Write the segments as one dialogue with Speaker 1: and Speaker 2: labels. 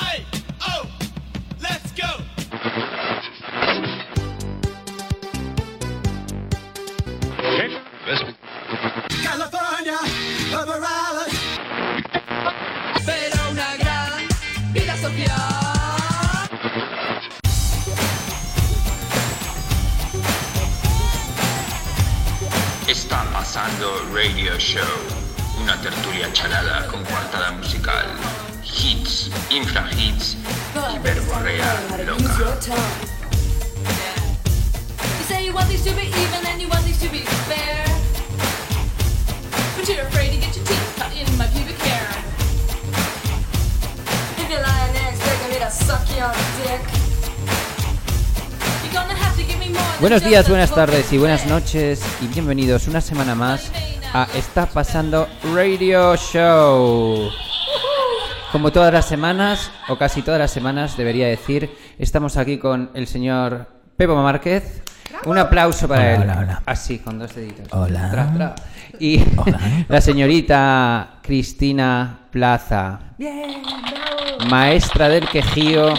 Speaker 1: Hey, oh, let's go. California, Overall. Será una gran vida social.
Speaker 2: Está pasando Radio Show, una tertulia charada con cuartada musical, hits, infrahits y verborrea loca.
Speaker 3: You say you want things to be even and you want things to be fair. But you're afraid to get your teeth cut in my pubic hair. If you're lying there expecting me to suck your dick. You're gonna have to give me more than
Speaker 4: Buenos
Speaker 3: just
Speaker 4: días,
Speaker 3: a
Speaker 4: buenas
Speaker 3: poker
Speaker 4: tardes y buenas
Speaker 3: face.
Speaker 4: noches y bienvenidos una semana más a Está pasando Radio Show. Como todas las semanas, o casi todas las semanas debería decir, estamos aquí con el señor Pepo Márquez. Un aplauso para
Speaker 5: Hola,
Speaker 4: él.
Speaker 5: hola, hola.
Speaker 4: Así, con dos deditos.
Speaker 5: Hola.
Speaker 4: Tra, tra. Y
Speaker 5: Hola.
Speaker 4: la señorita Cristina Plaza,
Speaker 5: Bien,
Speaker 4: maestra del quejío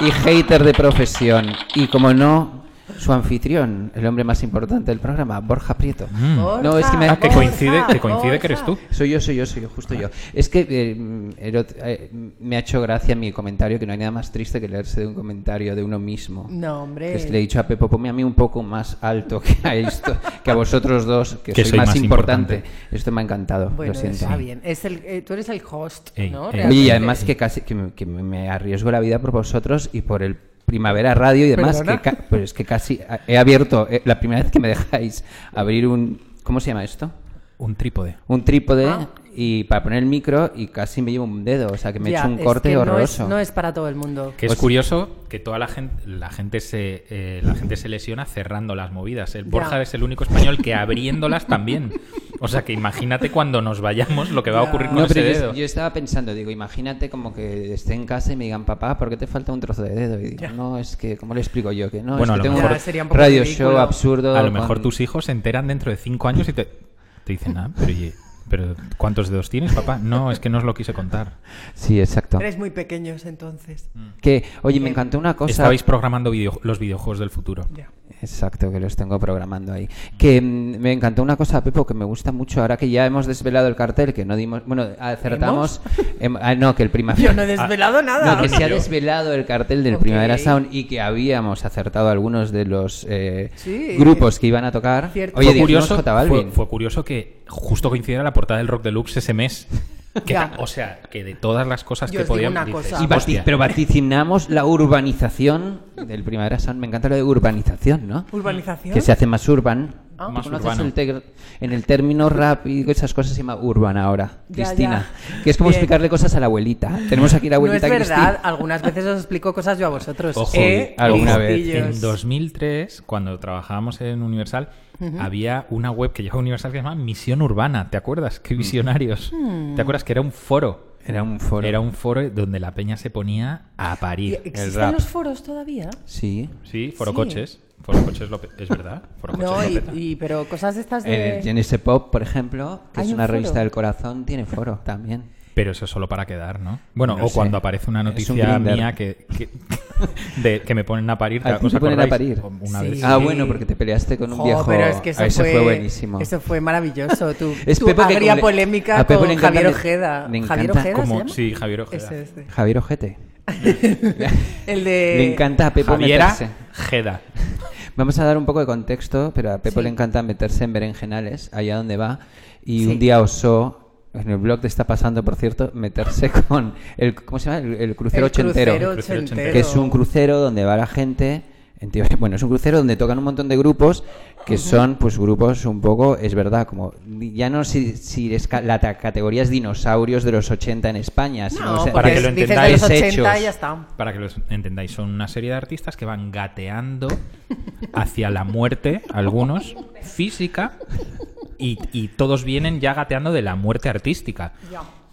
Speaker 4: y hater de profesión. Y como no, su anfitrión, el hombre más importante del programa, Borja Prieto.
Speaker 6: Mm.
Speaker 4: No, es que me-
Speaker 5: Ah, que
Speaker 4: Borja,
Speaker 5: coincide, que coincide que eres tú.
Speaker 4: Soy yo, soy yo, soy yo, justo yo. Es que eh, mm, el ot- eh, mm, me ha hecho gracia mi comentario, que no hay nada más triste que leerse de un comentario de uno mismo.
Speaker 6: No, hombre.
Speaker 4: Que es- le he dicho a Pepo, ponme a mí un poco más alto que a esto, que a vosotros dos, que,
Speaker 5: Que
Speaker 4: soy,
Speaker 5: soy
Speaker 4: más,
Speaker 5: más
Speaker 4: importante.
Speaker 5: importante.
Speaker 4: Esto me ha encantado,
Speaker 6: Bueno,
Speaker 4: lo siento.
Speaker 6: está bien. Es el, eh, tú eres el host,
Speaker 5: Ey,
Speaker 6: ¿no?
Speaker 5: ey.
Speaker 6: Realmente.
Speaker 4: Oye, Eh, y además que casi que me, que me arriesgo la vida por vosotros y por el Primavera Radio y demás, que
Speaker 6: ¿Perdona?
Speaker 4: ca- pero es que casi a- he abierto, eh, la primera vez que me dejáis abrir un, ¿cómo se llama esto?
Speaker 5: Un trípode.
Speaker 4: Un trípode
Speaker 6: Ah.
Speaker 4: y para poner el micro y casi me llevo un dedo, o sea que me he
Speaker 6: Ya,
Speaker 4: hecho un
Speaker 6: es
Speaker 4: corte
Speaker 6: que no es-
Speaker 4: horroroso.
Speaker 6: No es, para todo el mundo.
Speaker 5: Que es
Speaker 4: Pues-
Speaker 5: curioso que toda la gente, la gente se, eh, la gente se lesiona cerrando las movidas. El
Speaker 6: Ya.
Speaker 5: Borja es el único español que abriéndolas también. O sea que imagínate cuando nos vayamos lo que va a ocurrir con
Speaker 4: No,
Speaker 5: ese
Speaker 4: pero yo,
Speaker 5: dedo.
Speaker 4: yo estaba pensando, digo, imagínate como que esté en casa y me digan, papá, ¿por qué te falta un trozo de dedo? Y digo, no, es que, ¿cómo le explico yo? Que no,
Speaker 5: Bueno, a
Speaker 4: es que
Speaker 5: lo
Speaker 4: tengo
Speaker 5: mejor-
Speaker 4: un
Speaker 6: Ya, sería un poco
Speaker 4: radio
Speaker 6: ridículo.
Speaker 4: show absurdo.
Speaker 5: A lo mejor
Speaker 4: con-
Speaker 5: tus hijos se enteran dentro de cinco años y te, te dicen, ah, pero oye, pero ¿cuántos dedos tienes, papá? No, es que no os lo quise contar.
Speaker 4: Sí, exacto.
Speaker 6: Eres muy pequeños entonces.
Speaker 5: Mm.
Speaker 4: Que, oye, me encantó una cosa.
Speaker 5: Estabais programando video- los videojuegos del futuro.
Speaker 4: Exacto, que los tengo programando ahí. Que mm, me encantó una cosa, Pepo, que me gusta mucho. Ahora que ya hemos desvelado el cartel, que no dimos. Bueno, acertamos. em, ah, no, que el Primavera.
Speaker 6: Yo no he desvelado nada.
Speaker 4: No, que se ha desvelado el cartel del
Speaker 6: Ok.
Speaker 4: Primavera Sound y que habíamos acertado algunos de los eh,
Speaker 6: Sí.
Speaker 4: grupos que iban a tocar.
Speaker 6: Cierto.
Speaker 4: Oye,
Speaker 5: fue,
Speaker 4: dijimos
Speaker 5: curioso,
Speaker 4: J
Speaker 5: fue,
Speaker 4: Balvin.
Speaker 5: fue curioso que justo coincidiera la portada del Rock Deluxe ese mes. Que,
Speaker 6: Ya.
Speaker 5: O sea, que de todas las cosas
Speaker 6: Yo
Speaker 5: que
Speaker 6: os digo
Speaker 5: podían...
Speaker 6: una
Speaker 5: dices,
Speaker 6: cosa.
Speaker 4: Y vati-
Speaker 5: hostia.
Speaker 4: pero vaticinamos la urbanización del Primavera Sound. Me encanta lo de urbanización, ¿no?
Speaker 6: ¿Urbanización?
Speaker 4: que se hace más urban.
Speaker 6: Ah.
Speaker 4: ¿Tú
Speaker 5: Más
Speaker 4: conoces
Speaker 5: urbano.
Speaker 4: el tec- pues en el término rap y esas cosas se llama urban ahora,
Speaker 6: Ya,
Speaker 4: Cristina.
Speaker 6: ya.
Speaker 4: Que es como
Speaker 6: Bien.
Speaker 4: explicarle cosas a la abuelita. Tenemos aquí la
Speaker 6: No
Speaker 4: abuelita
Speaker 6: es verdad,
Speaker 4: Cristina.
Speaker 6: algunas veces os explico cosas yo a vosotros.
Speaker 5: Ojo,
Speaker 6: ¿Eh?
Speaker 4: alguna vez.
Speaker 6: Listillos.
Speaker 5: En 2003, cuando trabajábamos en Universal, había una web que llegó a Universal que se llamaba Misión Urbana. ¿Te acuerdas?
Speaker 4: Mm.
Speaker 5: ¡Qué visionarios!
Speaker 6: Hmm.
Speaker 5: ¿Te acuerdas que era un foro?
Speaker 4: Era un foro.
Speaker 5: Era un foro donde la peña se ponía a parir. el
Speaker 6: ¿Existen
Speaker 5: rap.
Speaker 6: los foros todavía?
Speaker 4: Sí.
Speaker 5: Sí, foro
Speaker 6: Sí.
Speaker 5: coches. Foro coches lo pe- Es verdad. Foro coches
Speaker 6: No,
Speaker 5: lo
Speaker 6: y,
Speaker 5: peta.
Speaker 6: y- pero cosas de estas
Speaker 4: Eh,
Speaker 6: de...
Speaker 4: en ese pop, por ejemplo, que
Speaker 6: Hay
Speaker 4: es
Speaker 6: un
Speaker 4: una
Speaker 6: foro.
Speaker 4: revista del corazón, tiene foro también.
Speaker 5: Pero eso es solo para quedar, ¿no? Bueno,
Speaker 4: No
Speaker 5: o
Speaker 4: sé.
Speaker 5: cuando aparece una
Speaker 4: Es un
Speaker 5: noticia
Speaker 4: Grindr.
Speaker 5: mía que, que, de- que me ponen a parir.
Speaker 4: ¿A ti
Speaker 5: ¿os
Speaker 4: te ponen a
Speaker 5: acordáis?
Speaker 4: parir?
Speaker 5: Una
Speaker 6: Sí.
Speaker 5: vez.
Speaker 4: Ah, bueno, porque te peleaste con un
Speaker 6: Jo,
Speaker 4: viejo.
Speaker 6: pero es que eso,
Speaker 4: Ah, ese
Speaker 6: fue,
Speaker 4: buenísimo.
Speaker 6: Eso fue maravilloso. Tu,
Speaker 4: Es
Speaker 6: tu
Speaker 4: Pepo que
Speaker 6: agria
Speaker 4: como le-
Speaker 6: polémica
Speaker 4: a Pepo le
Speaker 6: con
Speaker 4: encanta
Speaker 6: Javier
Speaker 4: le-
Speaker 6: Ojeda.
Speaker 4: le
Speaker 6: ¿Javier
Speaker 4: encanta
Speaker 6: Ojeda se
Speaker 5: Como,
Speaker 6: llama?
Speaker 5: sí, Javier Ojeda.
Speaker 6: Ese, ese.
Speaker 4: Javier Ojete.
Speaker 6: El de...
Speaker 4: Le encanta a Pepo
Speaker 5: Javiera
Speaker 4: meterse.
Speaker 5: Jeda.
Speaker 4: Vamos a dar un poco de contexto, pero a Pepo
Speaker 6: Sí.
Speaker 4: le encanta meterse en berenjenales, allá donde va, y
Speaker 6: Sí.
Speaker 4: un día osó, en el blog te está pasando, por cierto, meterse con el, ¿cómo se llama? El, el crucero
Speaker 6: El
Speaker 4: ochentero,
Speaker 6: crucero
Speaker 5: Crucero ochentero.
Speaker 6: ochentero.
Speaker 4: que es un crucero donde va la gente, en teoría- bueno, es un crucero donde tocan un montón de grupos, que son pues grupos un poco, es verdad, como, ya no si, si es ca- la ta- categoría es dinosaurios de los 80 en España, sino
Speaker 6: No,
Speaker 4: o sea,
Speaker 5: para que lo
Speaker 6: dices de
Speaker 5: entendáis,
Speaker 6: los 80
Speaker 4: hechos.
Speaker 6: y ya está.
Speaker 5: Para que lo entendáis, son una serie de artistas que van gateando hacia la muerte, algunos, física, y, y todos vienen ya gateando de la muerte artística.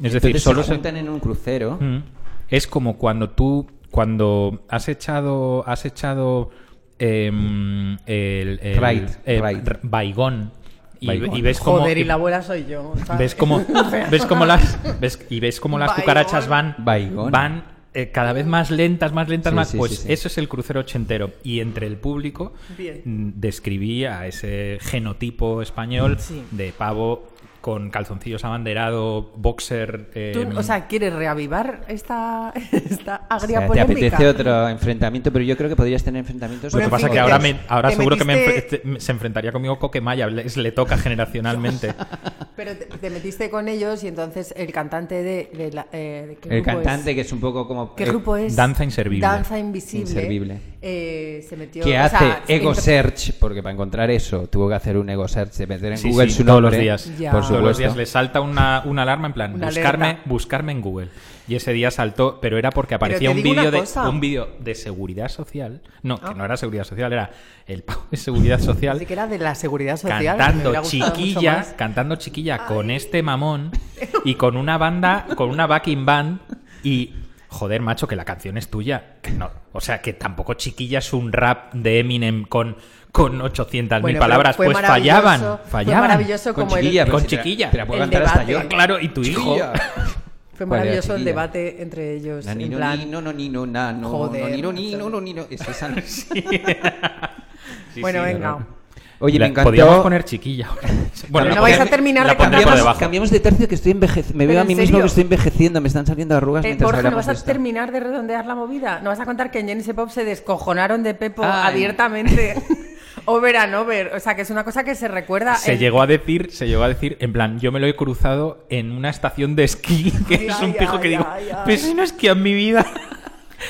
Speaker 5: Es decir,
Speaker 4: Entonces
Speaker 5: solo
Speaker 4: se
Speaker 5: se,
Speaker 4: juntan en un crucero.
Speaker 5: Mm. Es como cuando tú, cuando has echado, has echado em, el, el-
Speaker 4: Raid,
Speaker 5: el
Speaker 4: raid.
Speaker 5: r- baigón Y,
Speaker 4: Baigón.
Speaker 5: y ves cómo
Speaker 6: Joder, y
Speaker 5: y-
Speaker 6: la abuela soy yo. ¿sabes?
Speaker 5: ves cómo ves cómo las ves- y ves cómo las
Speaker 6: Baigón.
Speaker 5: cucarachas van
Speaker 4: Baigón.
Speaker 5: van eh, cada vez más lentas, más lentas,
Speaker 4: Sí,
Speaker 5: más.
Speaker 4: sí,
Speaker 5: pues
Speaker 4: sí, sí.
Speaker 5: eso es el crucero ochentero. Y entre el público
Speaker 6: Bien.
Speaker 5: mm, describí a ese genotipo español
Speaker 6: Sí.
Speaker 5: de pavo con calzoncillos abanderado, boxer.
Speaker 6: Tú,
Speaker 5: em,
Speaker 6: o sea, ¿quieres reavivar esta, esta
Speaker 4: O
Speaker 6: agria
Speaker 4: sea, te
Speaker 6: polémica?
Speaker 4: apetece otro enfrentamiento, pero yo creo que podrías tener enfrentamientos.
Speaker 5: Lo que
Speaker 6: Bueno, en
Speaker 5: pasa
Speaker 6: fin,
Speaker 5: que
Speaker 6: que
Speaker 5: ahora,
Speaker 6: te-
Speaker 5: me- ahora
Speaker 6: te
Speaker 5: seguro
Speaker 6: metiste-
Speaker 5: que me enfre- se enfrentaría conmigo Coquemaya, les le toca generacionalmente.
Speaker 6: Pero te, te metiste con ellos y entonces el cantante de... de la- eh, ¿de qué
Speaker 4: El
Speaker 6: grupo es?
Speaker 4: cantante que es un poco como
Speaker 6: ¿Qué
Speaker 4: eh,
Speaker 6: grupo es?
Speaker 5: Danza Inservible.
Speaker 6: Danza Invisible.
Speaker 4: Inservible.
Speaker 6: Eh, se metió...
Speaker 4: que
Speaker 6: o
Speaker 4: hace
Speaker 6: sea,
Speaker 4: ego
Speaker 6: entró-
Speaker 4: search, porque para encontrar eso tuvo que hacer un ego search, de meter en
Speaker 5: Sí,
Speaker 4: Google
Speaker 5: sí,
Speaker 4: su
Speaker 5: todos
Speaker 4: nombre.
Speaker 5: los días.
Speaker 6: Ya.
Speaker 4: Por
Speaker 5: Todos los
Speaker 4: supuesto.
Speaker 5: días le salta una, una alarma en plan,
Speaker 6: Una
Speaker 5: buscarme,
Speaker 6: alerta.
Speaker 5: buscarme en Google. Y ese día saltó, pero era porque aparecía
Speaker 6: te
Speaker 5: un
Speaker 6: digo una
Speaker 5: vídeo de
Speaker 6: cosa. Ah.
Speaker 5: un vídeo de seguridad social. No, que no era seguridad social, era el pavo de seguridad social.
Speaker 6: Así que era de la seguridad social. Pues me hubiera
Speaker 5: cantando
Speaker 6: gustado mucho
Speaker 5: chiquilla,
Speaker 6: más.
Speaker 5: cantando chiquilla con este mamón y con una banda, con una backing band y joder, macho, que la canción es tuya. Que no, o sea, que tampoco chiquilla es un rap de Eminem con con 800.000
Speaker 6: Bueno, pero
Speaker 5: palabras,
Speaker 6: fue
Speaker 5: pues
Speaker 6: maravilloso,
Speaker 5: fallaban,
Speaker 6: fue
Speaker 5: fallaban.
Speaker 6: maravilloso
Speaker 4: Con
Speaker 6: como el-
Speaker 4: chiquilla, pero
Speaker 5: Con
Speaker 4: si te la-
Speaker 5: chiquilla.
Speaker 4: Te la puedo
Speaker 6: El
Speaker 4: cantar hasta
Speaker 6: debate.
Speaker 4: yo.
Speaker 5: Claro, y tu
Speaker 6: Fue
Speaker 5: hijo.
Speaker 4: Cuál era
Speaker 6: maravilloso el
Speaker 4: chiquilla.
Speaker 6: debate entre ellos.
Speaker 4: Na,
Speaker 6: en
Speaker 4: ni, no,
Speaker 6: plan,
Speaker 4: ni, no, no, ni, no, na, no,
Speaker 6: Joder,
Speaker 4: no, ni, no, ni,
Speaker 6: macho.
Speaker 4: no, no, ni, no. Es esa, no.
Speaker 6: bueno,
Speaker 5: sí,
Speaker 6: venga.
Speaker 5: claro.
Speaker 4: Oye,
Speaker 5: La-
Speaker 4: me encantó.
Speaker 5: Podríamos poner chiquilla. ahora.
Speaker 6: Pero
Speaker 5: la
Speaker 6: no vais a
Speaker 5: pondré-
Speaker 6: terminar
Speaker 5: la
Speaker 6: de
Speaker 5: pondré por
Speaker 6: cambiarnos.
Speaker 5: debajo.
Speaker 4: Cambiamos de tercio que estoy envejeciendo. Me
Speaker 6: Pero
Speaker 4: veo a
Speaker 6: en
Speaker 4: mí
Speaker 6: serio.
Speaker 4: mismo que estoy envejeciendo. Me están saliendo arrugas
Speaker 6: Eh,
Speaker 4: mientras
Speaker 6: Borja, ¿no
Speaker 4: hablamos
Speaker 6: vas
Speaker 4: de
Speaker 6: a
Speaker 4: esto.
Speaker 6: terminar de redondear la movida? ¿No vas a contar que en Jenny Pop se descojonaron de Pepo
Speaker 4: Ay.
Speaker 6: abiertamente? over and over. O sea, que es una cosa que se recuerda.
Speaker 5: Se
Speaker 6: en-
Speaker 5: llegó a decir, se llegó a decir, en plan, yo me lo he cruzado en una estación de esquí, que
Speaker 6: Ay,
Speaker 5: es un
Speaker 6: ay,
Speaker 5: pijo que
Speaker 6: ay,
Speaker 5: digo,
Speaker 6: ay, ay.
Speaker 5: pero si no he esquiado en mi vida.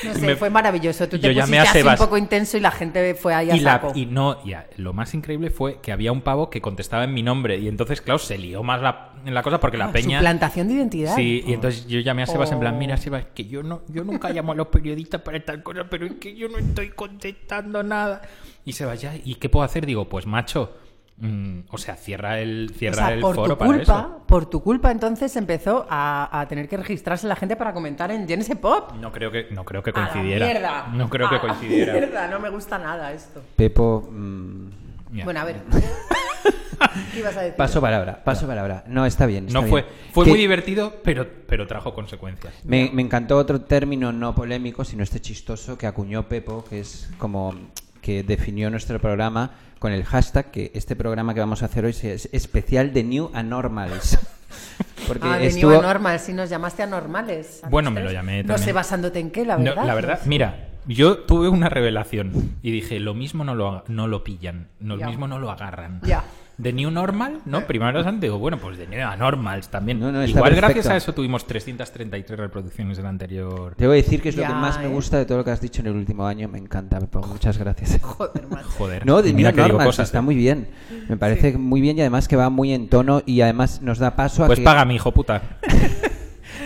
Speaker 6: No
Speaker 5: y
Speaker 6: sé,
Speaker 5: me-
Speaker 6: fue maravilloso. Tú te
Speaker 5: Yo llamé
Speaker 6: pusiste
Speaker 5: a
Speaker 6: así un
Speaker 5: Sebas.
Speaker 6: poco intenso y la gente fue ahí a
Speaker 5: Y, la-
Speaker 6: saco.
Speaker 5: y no, y a- lo más increíble fue que había un pavo que contestaba en mi nombre, y entonces, claro, se lió más la, la cosa porque la peña.
Speaker 6: Suplantación Ah, de identidad.
Speaker 5: Sí, y entonces yo llamé a Sebas en plan,
Speaker 6: Oh.
Speaker 5: mira Sebas, que yo no, yo nunca llamo a los periodistas para tal cosa, pero es que yo no estoy contestando nada. Y Sebas, ya, ¿y qué puedo hacer? Digo, pues macho, mm, o sea, cierra el,
Speaker 6: O
Speaker 5: cierra
Speaker 6: sea,
Speaker 5: el
Speaker 6: por
Speaker 5: foro
Speaker 6: tu
Speaker 5: para
Speaker 6: culpa,
Speaker 5: eso.
Speaker 6: por tu culpa entonces empezó a, a tener que registrarse la gente para comentar en Jenny Pop.
Speaker 5: No creo que, no creo que
Speaker 6: A la
Speaker 5: coincidiera.
Speaker 6: mierda.
Speaker 5: No creo que
Speaker 6: A la
Speaker 5: coincidiera.
Speaker 6: mierda, no me gusta nada esto.
Speaker 4: Pepo. mm,
Speaker 5: Mira,
Speaker 6: Bueno, a ver. ¿Qué ibas a decir?
Speaker 4: paso palabra, paso palabra. No, está bien. está
Speaker 5: no fue,
Speaker 4: bien.
Speaker 5: fue
Speaker 4: Que
Speaker 5: muy divertido, pero, pero trajo consecuencias.
Speaker 4: Me, me encantó otro término no polémico, sino este chistoso que acuñó Pepo, que es como que definió nuestro programa con el hashtag que este programa que vamos a hacer hoy se- es especial de New Anormals. Porque
Speaker 6: ah, de
Speaker 4: estuvo-
Speaker 6: New Anormal, si nos llamaste anormales. ¿A
Speaker 5: Bueno,
Speaker 6: los
Speaker 5: me lo
Speaker 6: tres?
Speaker 5: llamé
Speaker 6: No sé
Speaker 5: también.
Speaker 6: basándote en qué, la
Speaker 5: No,
Speaker 6: verdad.
Speaker 5: la verdad, mira, yo tuve una revelación y dije, lo mismo no lo, haga- no lo pillan, no,
Speaker 6: Ya.
Speaker 5: lo mismo no lo agarran.
Speaker 6: Ya.
Speaker 5: De New Normal, ¿no? Primero antes digo, bueno, pues de New Anormals también.
Speaker 4: No, no, está
Speaker 5: Igual
Speaker 4: perfecto.
Speaker 5: gracias a eso tuvimos 333 reproducciones del anterior.
Speaker 4: Debo decir que es lo
Speaker 6: Ya,
Speaker 4: que más me
Speaker 6: eh.
Speaker 4: gusta de todo lo que has dicho en el último año. Me encanta, Pepo. Muchas gracias.
Speaker 6: Joder, macho.
Speaker 5: Joder,
Speaker 4: No, de
Speaker 5: mira
Speaker 4: New
Speaker 5: que digo
Speaker 4: Anormals
Speaker 5: cosas,
Speaker 4: está
Speaker 5: eh.
Speaker 4: muy bien. Me parece muy bien y además que va muy en tono y además nos da paso a
Speaker 5: Pues
Speaker 4: que...
Speaker 5: paga mi hijo puta.
Speaker 4: Pues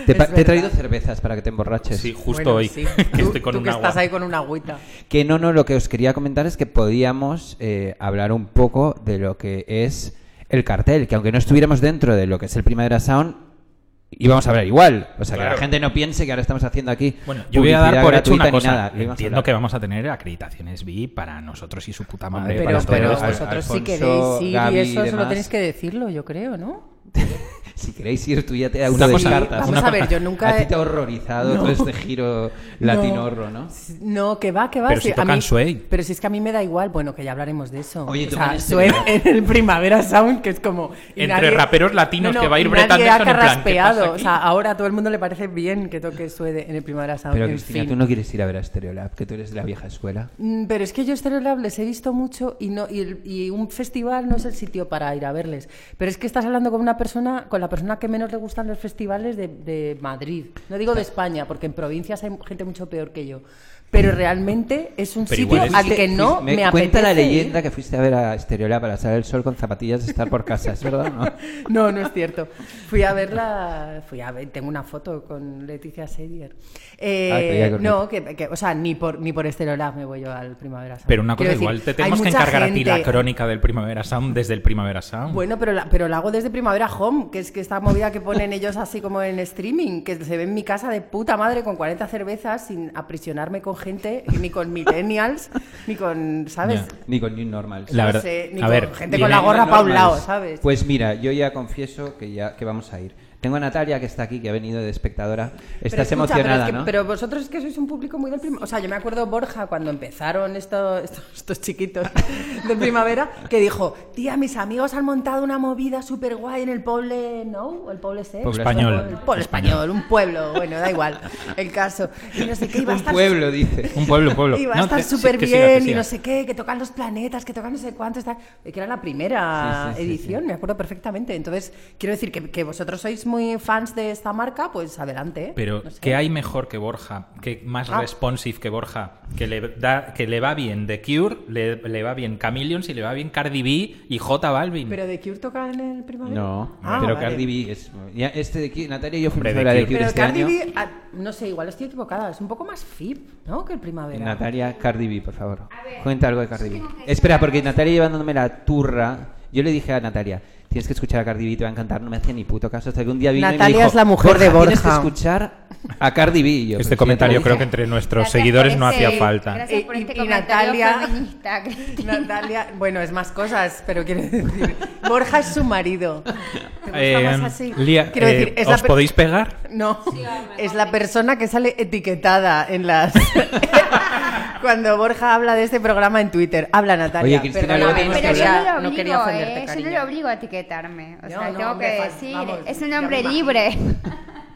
Speaker 4: Te,
Speaker 6: Es
Speaker 4: pa- te he
Speaker 6: verdad.
Speaker 4: traído cervezas para que te emborraches.
Speaker 5: Sí, justo
Speaker 6: Bueno,
Speaker 5: hoy.
Speaker 6: sí.
Speaker 5: Que
Speaker 6: Tú-
Speaker 5: estoy con
Speaker 6: tú
Speaker 5: un
Speaker 6: que
Speaker 5: agua. Eh,
Speaker 6: estás ahí con una agüita.
Speaker 4: Que no, no, lo que os quería comentar es que podíamos eh, hablar un poco de lo que es el cartel, que aunque no estuviéramos dentro de lo que es el Primavera Sound, íbamos a hablar igual. O sea, que
Speaker 5: Claro.
Speaker 4: la gente no piense que ahora estamos haciendo aquí.
Speaker 5: Bueno, yo voy a dar
Speaker 4: publicidad
Speaker 5: por hecho
Speaker 4: gratuita
Speaker 5: una
Speaker 4: ni
Speaker 5: cosa.
Speaker 4: nada, lo íbamos a
Speaker 5: Entiendo
Speaker 4: hablar.
Speaker 5: que vamos a tener acreditaciones VIP para nosotros y su puta madre.
Speaker 4: Hombre,
Speaker 5: para
Speaker 6: Pero,
Speaker 4: esto
Speaker 6: pero
Speaker 5: todos.
Speaker 4: Al-
Speaker 6: vosotros sí
Speaker 4: Alfonso,
Speaker 6: queréis ir
Speaker 4: Gaby
Speaker 6: y
Speaker 4: y
Speaker 6: eso solo
Speaker 4: demás.
Speaker 6: tenéis que decirlo, yo creo, ¿no?
Speaker 4: Si queréis ir, tú ya te da
Speaker 5: Una
Speaker 4: una de
Speaker 5: cosa-
Speaker 4: cartas.
Speaker 6: Vamos
Speaker 5: una
Speaker 6: a ver, yo
Speaker 4: A
Speaker 6: nunca...
Speaker 4: ti
Speaker 6: he-
Speaker 4: te ha horrorizado todo este giro latinorro, ¿no?
Speaker 6: No, que va, que va.
Speaker 5: Pero si
Speaker 6: a
Speaker 5: tocan
Speaker 6: mí-
Speaker 5: Suey.
Speaker 6: Pero si es que a mí me da igual, bueno, que ya hablaremos de eso.
Speaker 4: Oye,
Speaker 6: o
Speaker 4: tocan
Speaker 6: sea,
Speaker 4: este
Speaker 6: Suey
Speaker 4: verano.
Speaker 6: en el Primavera Sound, que es como... y
Speaker 5: Entre raperos latinos que va a ir
Speaker 6: y
Speaker 5: Brett
Speaker 6: nadie ha
Speaker 5: Anderson en plan, ¿qué pasa
Speaker 6: carraspeado. O
Speaker 5: aquí?
Speaker 6: sea, ahora a todo el mundo le parece bien que toque Suede en el Primavera Sound.
Speaker 4: Pero
Speaker 6: en
Speaker 4: Cristina,
Speaker 6: fin.
Speaker 4: tú no quieres ir a ver a Stereolab, que tú eres de la vieja escuela.
Speaker 6: Mm, Pero es que yo Stereo Lab les he visto mucho y, no, y, el- y un festival no es el sitio para ir a verles. Pero es que estás hablando con una persona, con la persona que menos le gustan los festivales de, de Madrid. No digo de España, porque en provincias hay gente mucho peor que yo. Pero realmente es un
Speaker 5: Pero
Speaker 6: sitio
Speaker 5: igual es-
Speaker 6: al que no me, apetece
Speaker 4: Cuenta la leyenda
Speaker 6: ir.
Speaker 4: que fuiste a ver a Stereolab para salir el sol con zapatillas de estar por casa, ¿es verdad o no?
Speaker 6: No, no es cierto. Fui a verla, fui a ver, tengo una foto con Leticia Sedier. Eh,
Speaker 4: Ah, creía que os
Speaker 6: no, que, que- o sea, ni por ni por Estereolab me voy yo al Primavera Sound.
Speaker 5: Pero una cosa
Speaker 6: Quiero decir,
Speaker 5: igual, te
Speaker 6: hay
Speaker 5: tenemos que
Speaker 6: mucha
Speaker 5: encargar a ti la
Speaker 6: gente-
Speaker 5: crónica del Primavera Sound desde el Primavera Sound.
Speaker 6: Bueno, pero la, pero la hago desde Primavera Home, que es que esta movida que ponen ellos así como en streaming, que se ve en mi casa de puta madre con 40 cervezas sin aprisionarme con gente, ni con millennials, ni con, ¿sabes?
Speaker 5: Ya.
Speaker 4: Ni con New Normal.
Speaker 5: La
Speaker 6: No
Speaker 5: verdad.
Speaker 6: sé, ni
Speaker 5: a
Speaker 6: con
Speaker 5: ver,
Speaker 6: gente
Speaker 5: viene-
Speaker 6: con la gorra pa' un lado,
Speaker 4: normales.
Speaker 6: ¿sabes?
Speaker 4: Pues mira, yo ya confieso que ya que vamos a ir. Tengo a Natalia que está aquí, que ha venido de espectadora. Estás
Speaker 6: escucha,
Speaker 4: emocionada,
Speaker 6: pero es que-
Speaker 4: ¿no?
Speaker 6: Pero vosotros es que sois un público muy del primavera. O sea, yo me acuerdo Borja cuando empezaron esto- esto- estos chiquitos de primavera, que dijo, tía, mis amigos han montado una movida súper guay en el pueblo, ¿no? ¿O el pueblo C?
Speaker 5: Pueblo español.
Speaker 6: El pueblo español, un pueblo, bueno, da igual el caso. Y no sé qué, iba a
Speaker 4: Un
Speaker 6: estar
Speaker 4: pueblo, dice.
Speaker 5: Un pueblo, un pueblo.
Speaker 6: Y va a
Speaker 5: No,
Speaker 6: estar
Speaker 5: que- sí,
Speaker 6: súper
Speaker 5: que
Speaker 6: bien,
Speaker 5: siga, que
Speaker 6: y no
Speaker 5: siga.
Speaker 6: sé qué, que tocan los planetas, que tocan no sé cuánto, está... que era la primera
Speaker 4: Sí, sí, sí,
Speaker 6: edición,
Speaker 4: sí.
Speaker 6: me acuerdo perfectamente. Entonces, quiero decir que, que vosotros sois muy fans de esta marca, pues adelante. ¿eh?
Speaker 5: Pero,
Speaker 6: No sé.
Speaker 5: ¿qué hay mejor que Borja? ¿Qué más
Speaker 6: Ah.
Speaker 5: responsive que Borja? Que le, da, que le va bien The Cure, le, le va bien Chameleons y le va bien Cardi B y J Balvin.
Speaker 6: ¿Pero de Cure toca en el primavera?
Speaker 4: Mm. No,
Speaker 6: Ah,
Speaker 4: pero
Speaker 6: vale.
Speaker 4: Cardi B es... ya este de aquí, Natalia y yo fuimos
Speaker 5: Hombre,
Speaker 4: a
Speaker 5: de
Speaker 4: la de
Speaker 5: Cure.
Speaker 4: Cure
Speaker 6: Pero
Speaker 4: este
Speaker 6: Cardi
Speaker 4: año.
Speaker 6: B, ah, no sé, igual estoy equivocada, es un poco más FIP, ¿no? Que el primavera.
Speaker 4: Natalia, Cardi B, por favor. Cuenta algo de Cardi B. Espera, porque Natalia llevándome la turra, yo le dije a Natalia, tienes que escuchar a Cardi B, te va a encantar, no me hacía ni puto caso hasta que un día vino y me
Speaker 6: Natalia
Speaker 4: dijo,
Speaker 6: es la mujer de
Speaker 4: Tienes que
Speaker 6: Borja".
Speaker 4: escuchar a Cardi B. Y yo, "Pero si ya
Speaker 5: este
Speaker 4: te
Speaker 5: comentario
Speaker 4: lo
Speaker 5: creo
Speaker 4: dije".
Speaker 5: que entre nuestros
Speaker 7: Gracias
Speaker 5: seguidores
Speaker 7: por
Speaker 5: no
Speaker 7: ese-
Speaker 5: hacía falta.
Speaker 7: Gracias por
Speaker 6: Eh, Y-
Speaker 7: este
Speaker 6: y
Speaker 7: comentario
Speaker 6: Natalia-
Speaker 7: feminista, Cristina.
Speaker 6: Natalia, bueno, es más cosas, pero quiero decir, Borja es su marido. ¿Te gusta
Speaker 5: Eh,
Speaker 6: más así?
Speaker 5: Lía,
Speaker 6: Quiero
Speaker 5: eh,
Speaker 6: decir, es la
Speaker 5: ¿os
Speaker 6: per-
Speaker 5: podéis pegar?
Speaker 6: No, es la persona que sale etiquetada en las. Cuando Borja habla de este programa en Twitter, habla Natalia.
Speaker 4: Oye, Cristina,
Speaker 7: No,
Speaker 4: luego
Speaker 6: perdóname,
Speaker 4: tenemos que
Speaker 7: pero yo
Speaker 4: hablar-
Speaker 7: no lo
Speaker 6: no
Speaker 7: obligo,
Speaker 6: quería ofenderte,
Speaker 7: eh, Yo no
Speaker 6: cariño.
Speaker 7: lo obligo a etiquetarme. O
Speaker 6: No,
Speaker 7: sea,
Speaker 6: no,
Speaker 7: tengo
Speaker 6: hombre,
Speaker 7: que
Speaker 6: fal-
Speaker 7: decir,
Speaker 6: vamos,
Speaker 7: es un
Speaker 6: ya me
Speaker 7: hombre
Speaker 6: imagino.
Speaker 7: libre.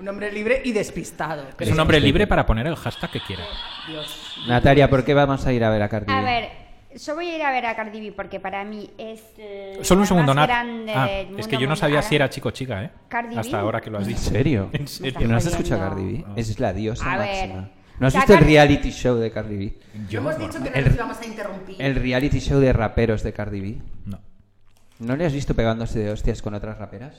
Speaker 6: Un hombre libre y despistado.
Speaker 5: Es un hombre libre para poner el hashtag que quiera.
Speaker 6: Dios.
Speaker 4: Natalia, ¿por qué vamos a ir a ver a Cardi B?
Speaker 7: A ver, yo voy a ir a ver a Cardi B porque para mí es eh,
Speaker 5: Solo un
Speaker 7: la
Speaker 5: segundo, Nat.
Speaker 7: más grande
Speaker 5: Ah,
Speaker 7: del
Speaker 5: es
Speaker 7: mundo
Speaker 5: que yo no sabía
Speaker 7: mundial.
Speaker 5: si era chico o chica, ¿eh?
Speaker 7: Cardi B.
Speaker 5: Hasta ahora que lo has
Speaker 4: ¿En
Speaker 5: dicho.
Speaker 4: serio?
Speaker 5: En serio.
Speaker 4: ¿No has escuchado a
Speaker 7: Está
Speaker 4: Cardi B?
Speaker 7: jodiendo.
Speaker 4: Es la diosa
Speaker 7: A ver.
Speaker 4: máxima. ¿No has
Speaker 7: La
Speaker 4: visto el
Speaker 7: Cardi-
Speaker 4: reality show de Cardi B?
Speaker 5: Yo,
Speaker 6: hemos
Speaker 5: normal.
Speaker 6: dicho que no
Speaker 4: El-
Speaker 6: nos íbamos a interrumpir.
Speaker 4: El reality show de raperos de Cardi B.
Speaker 5: No,
Speaker 4: ¿No le has visto pegándose de hostias con otras raperas?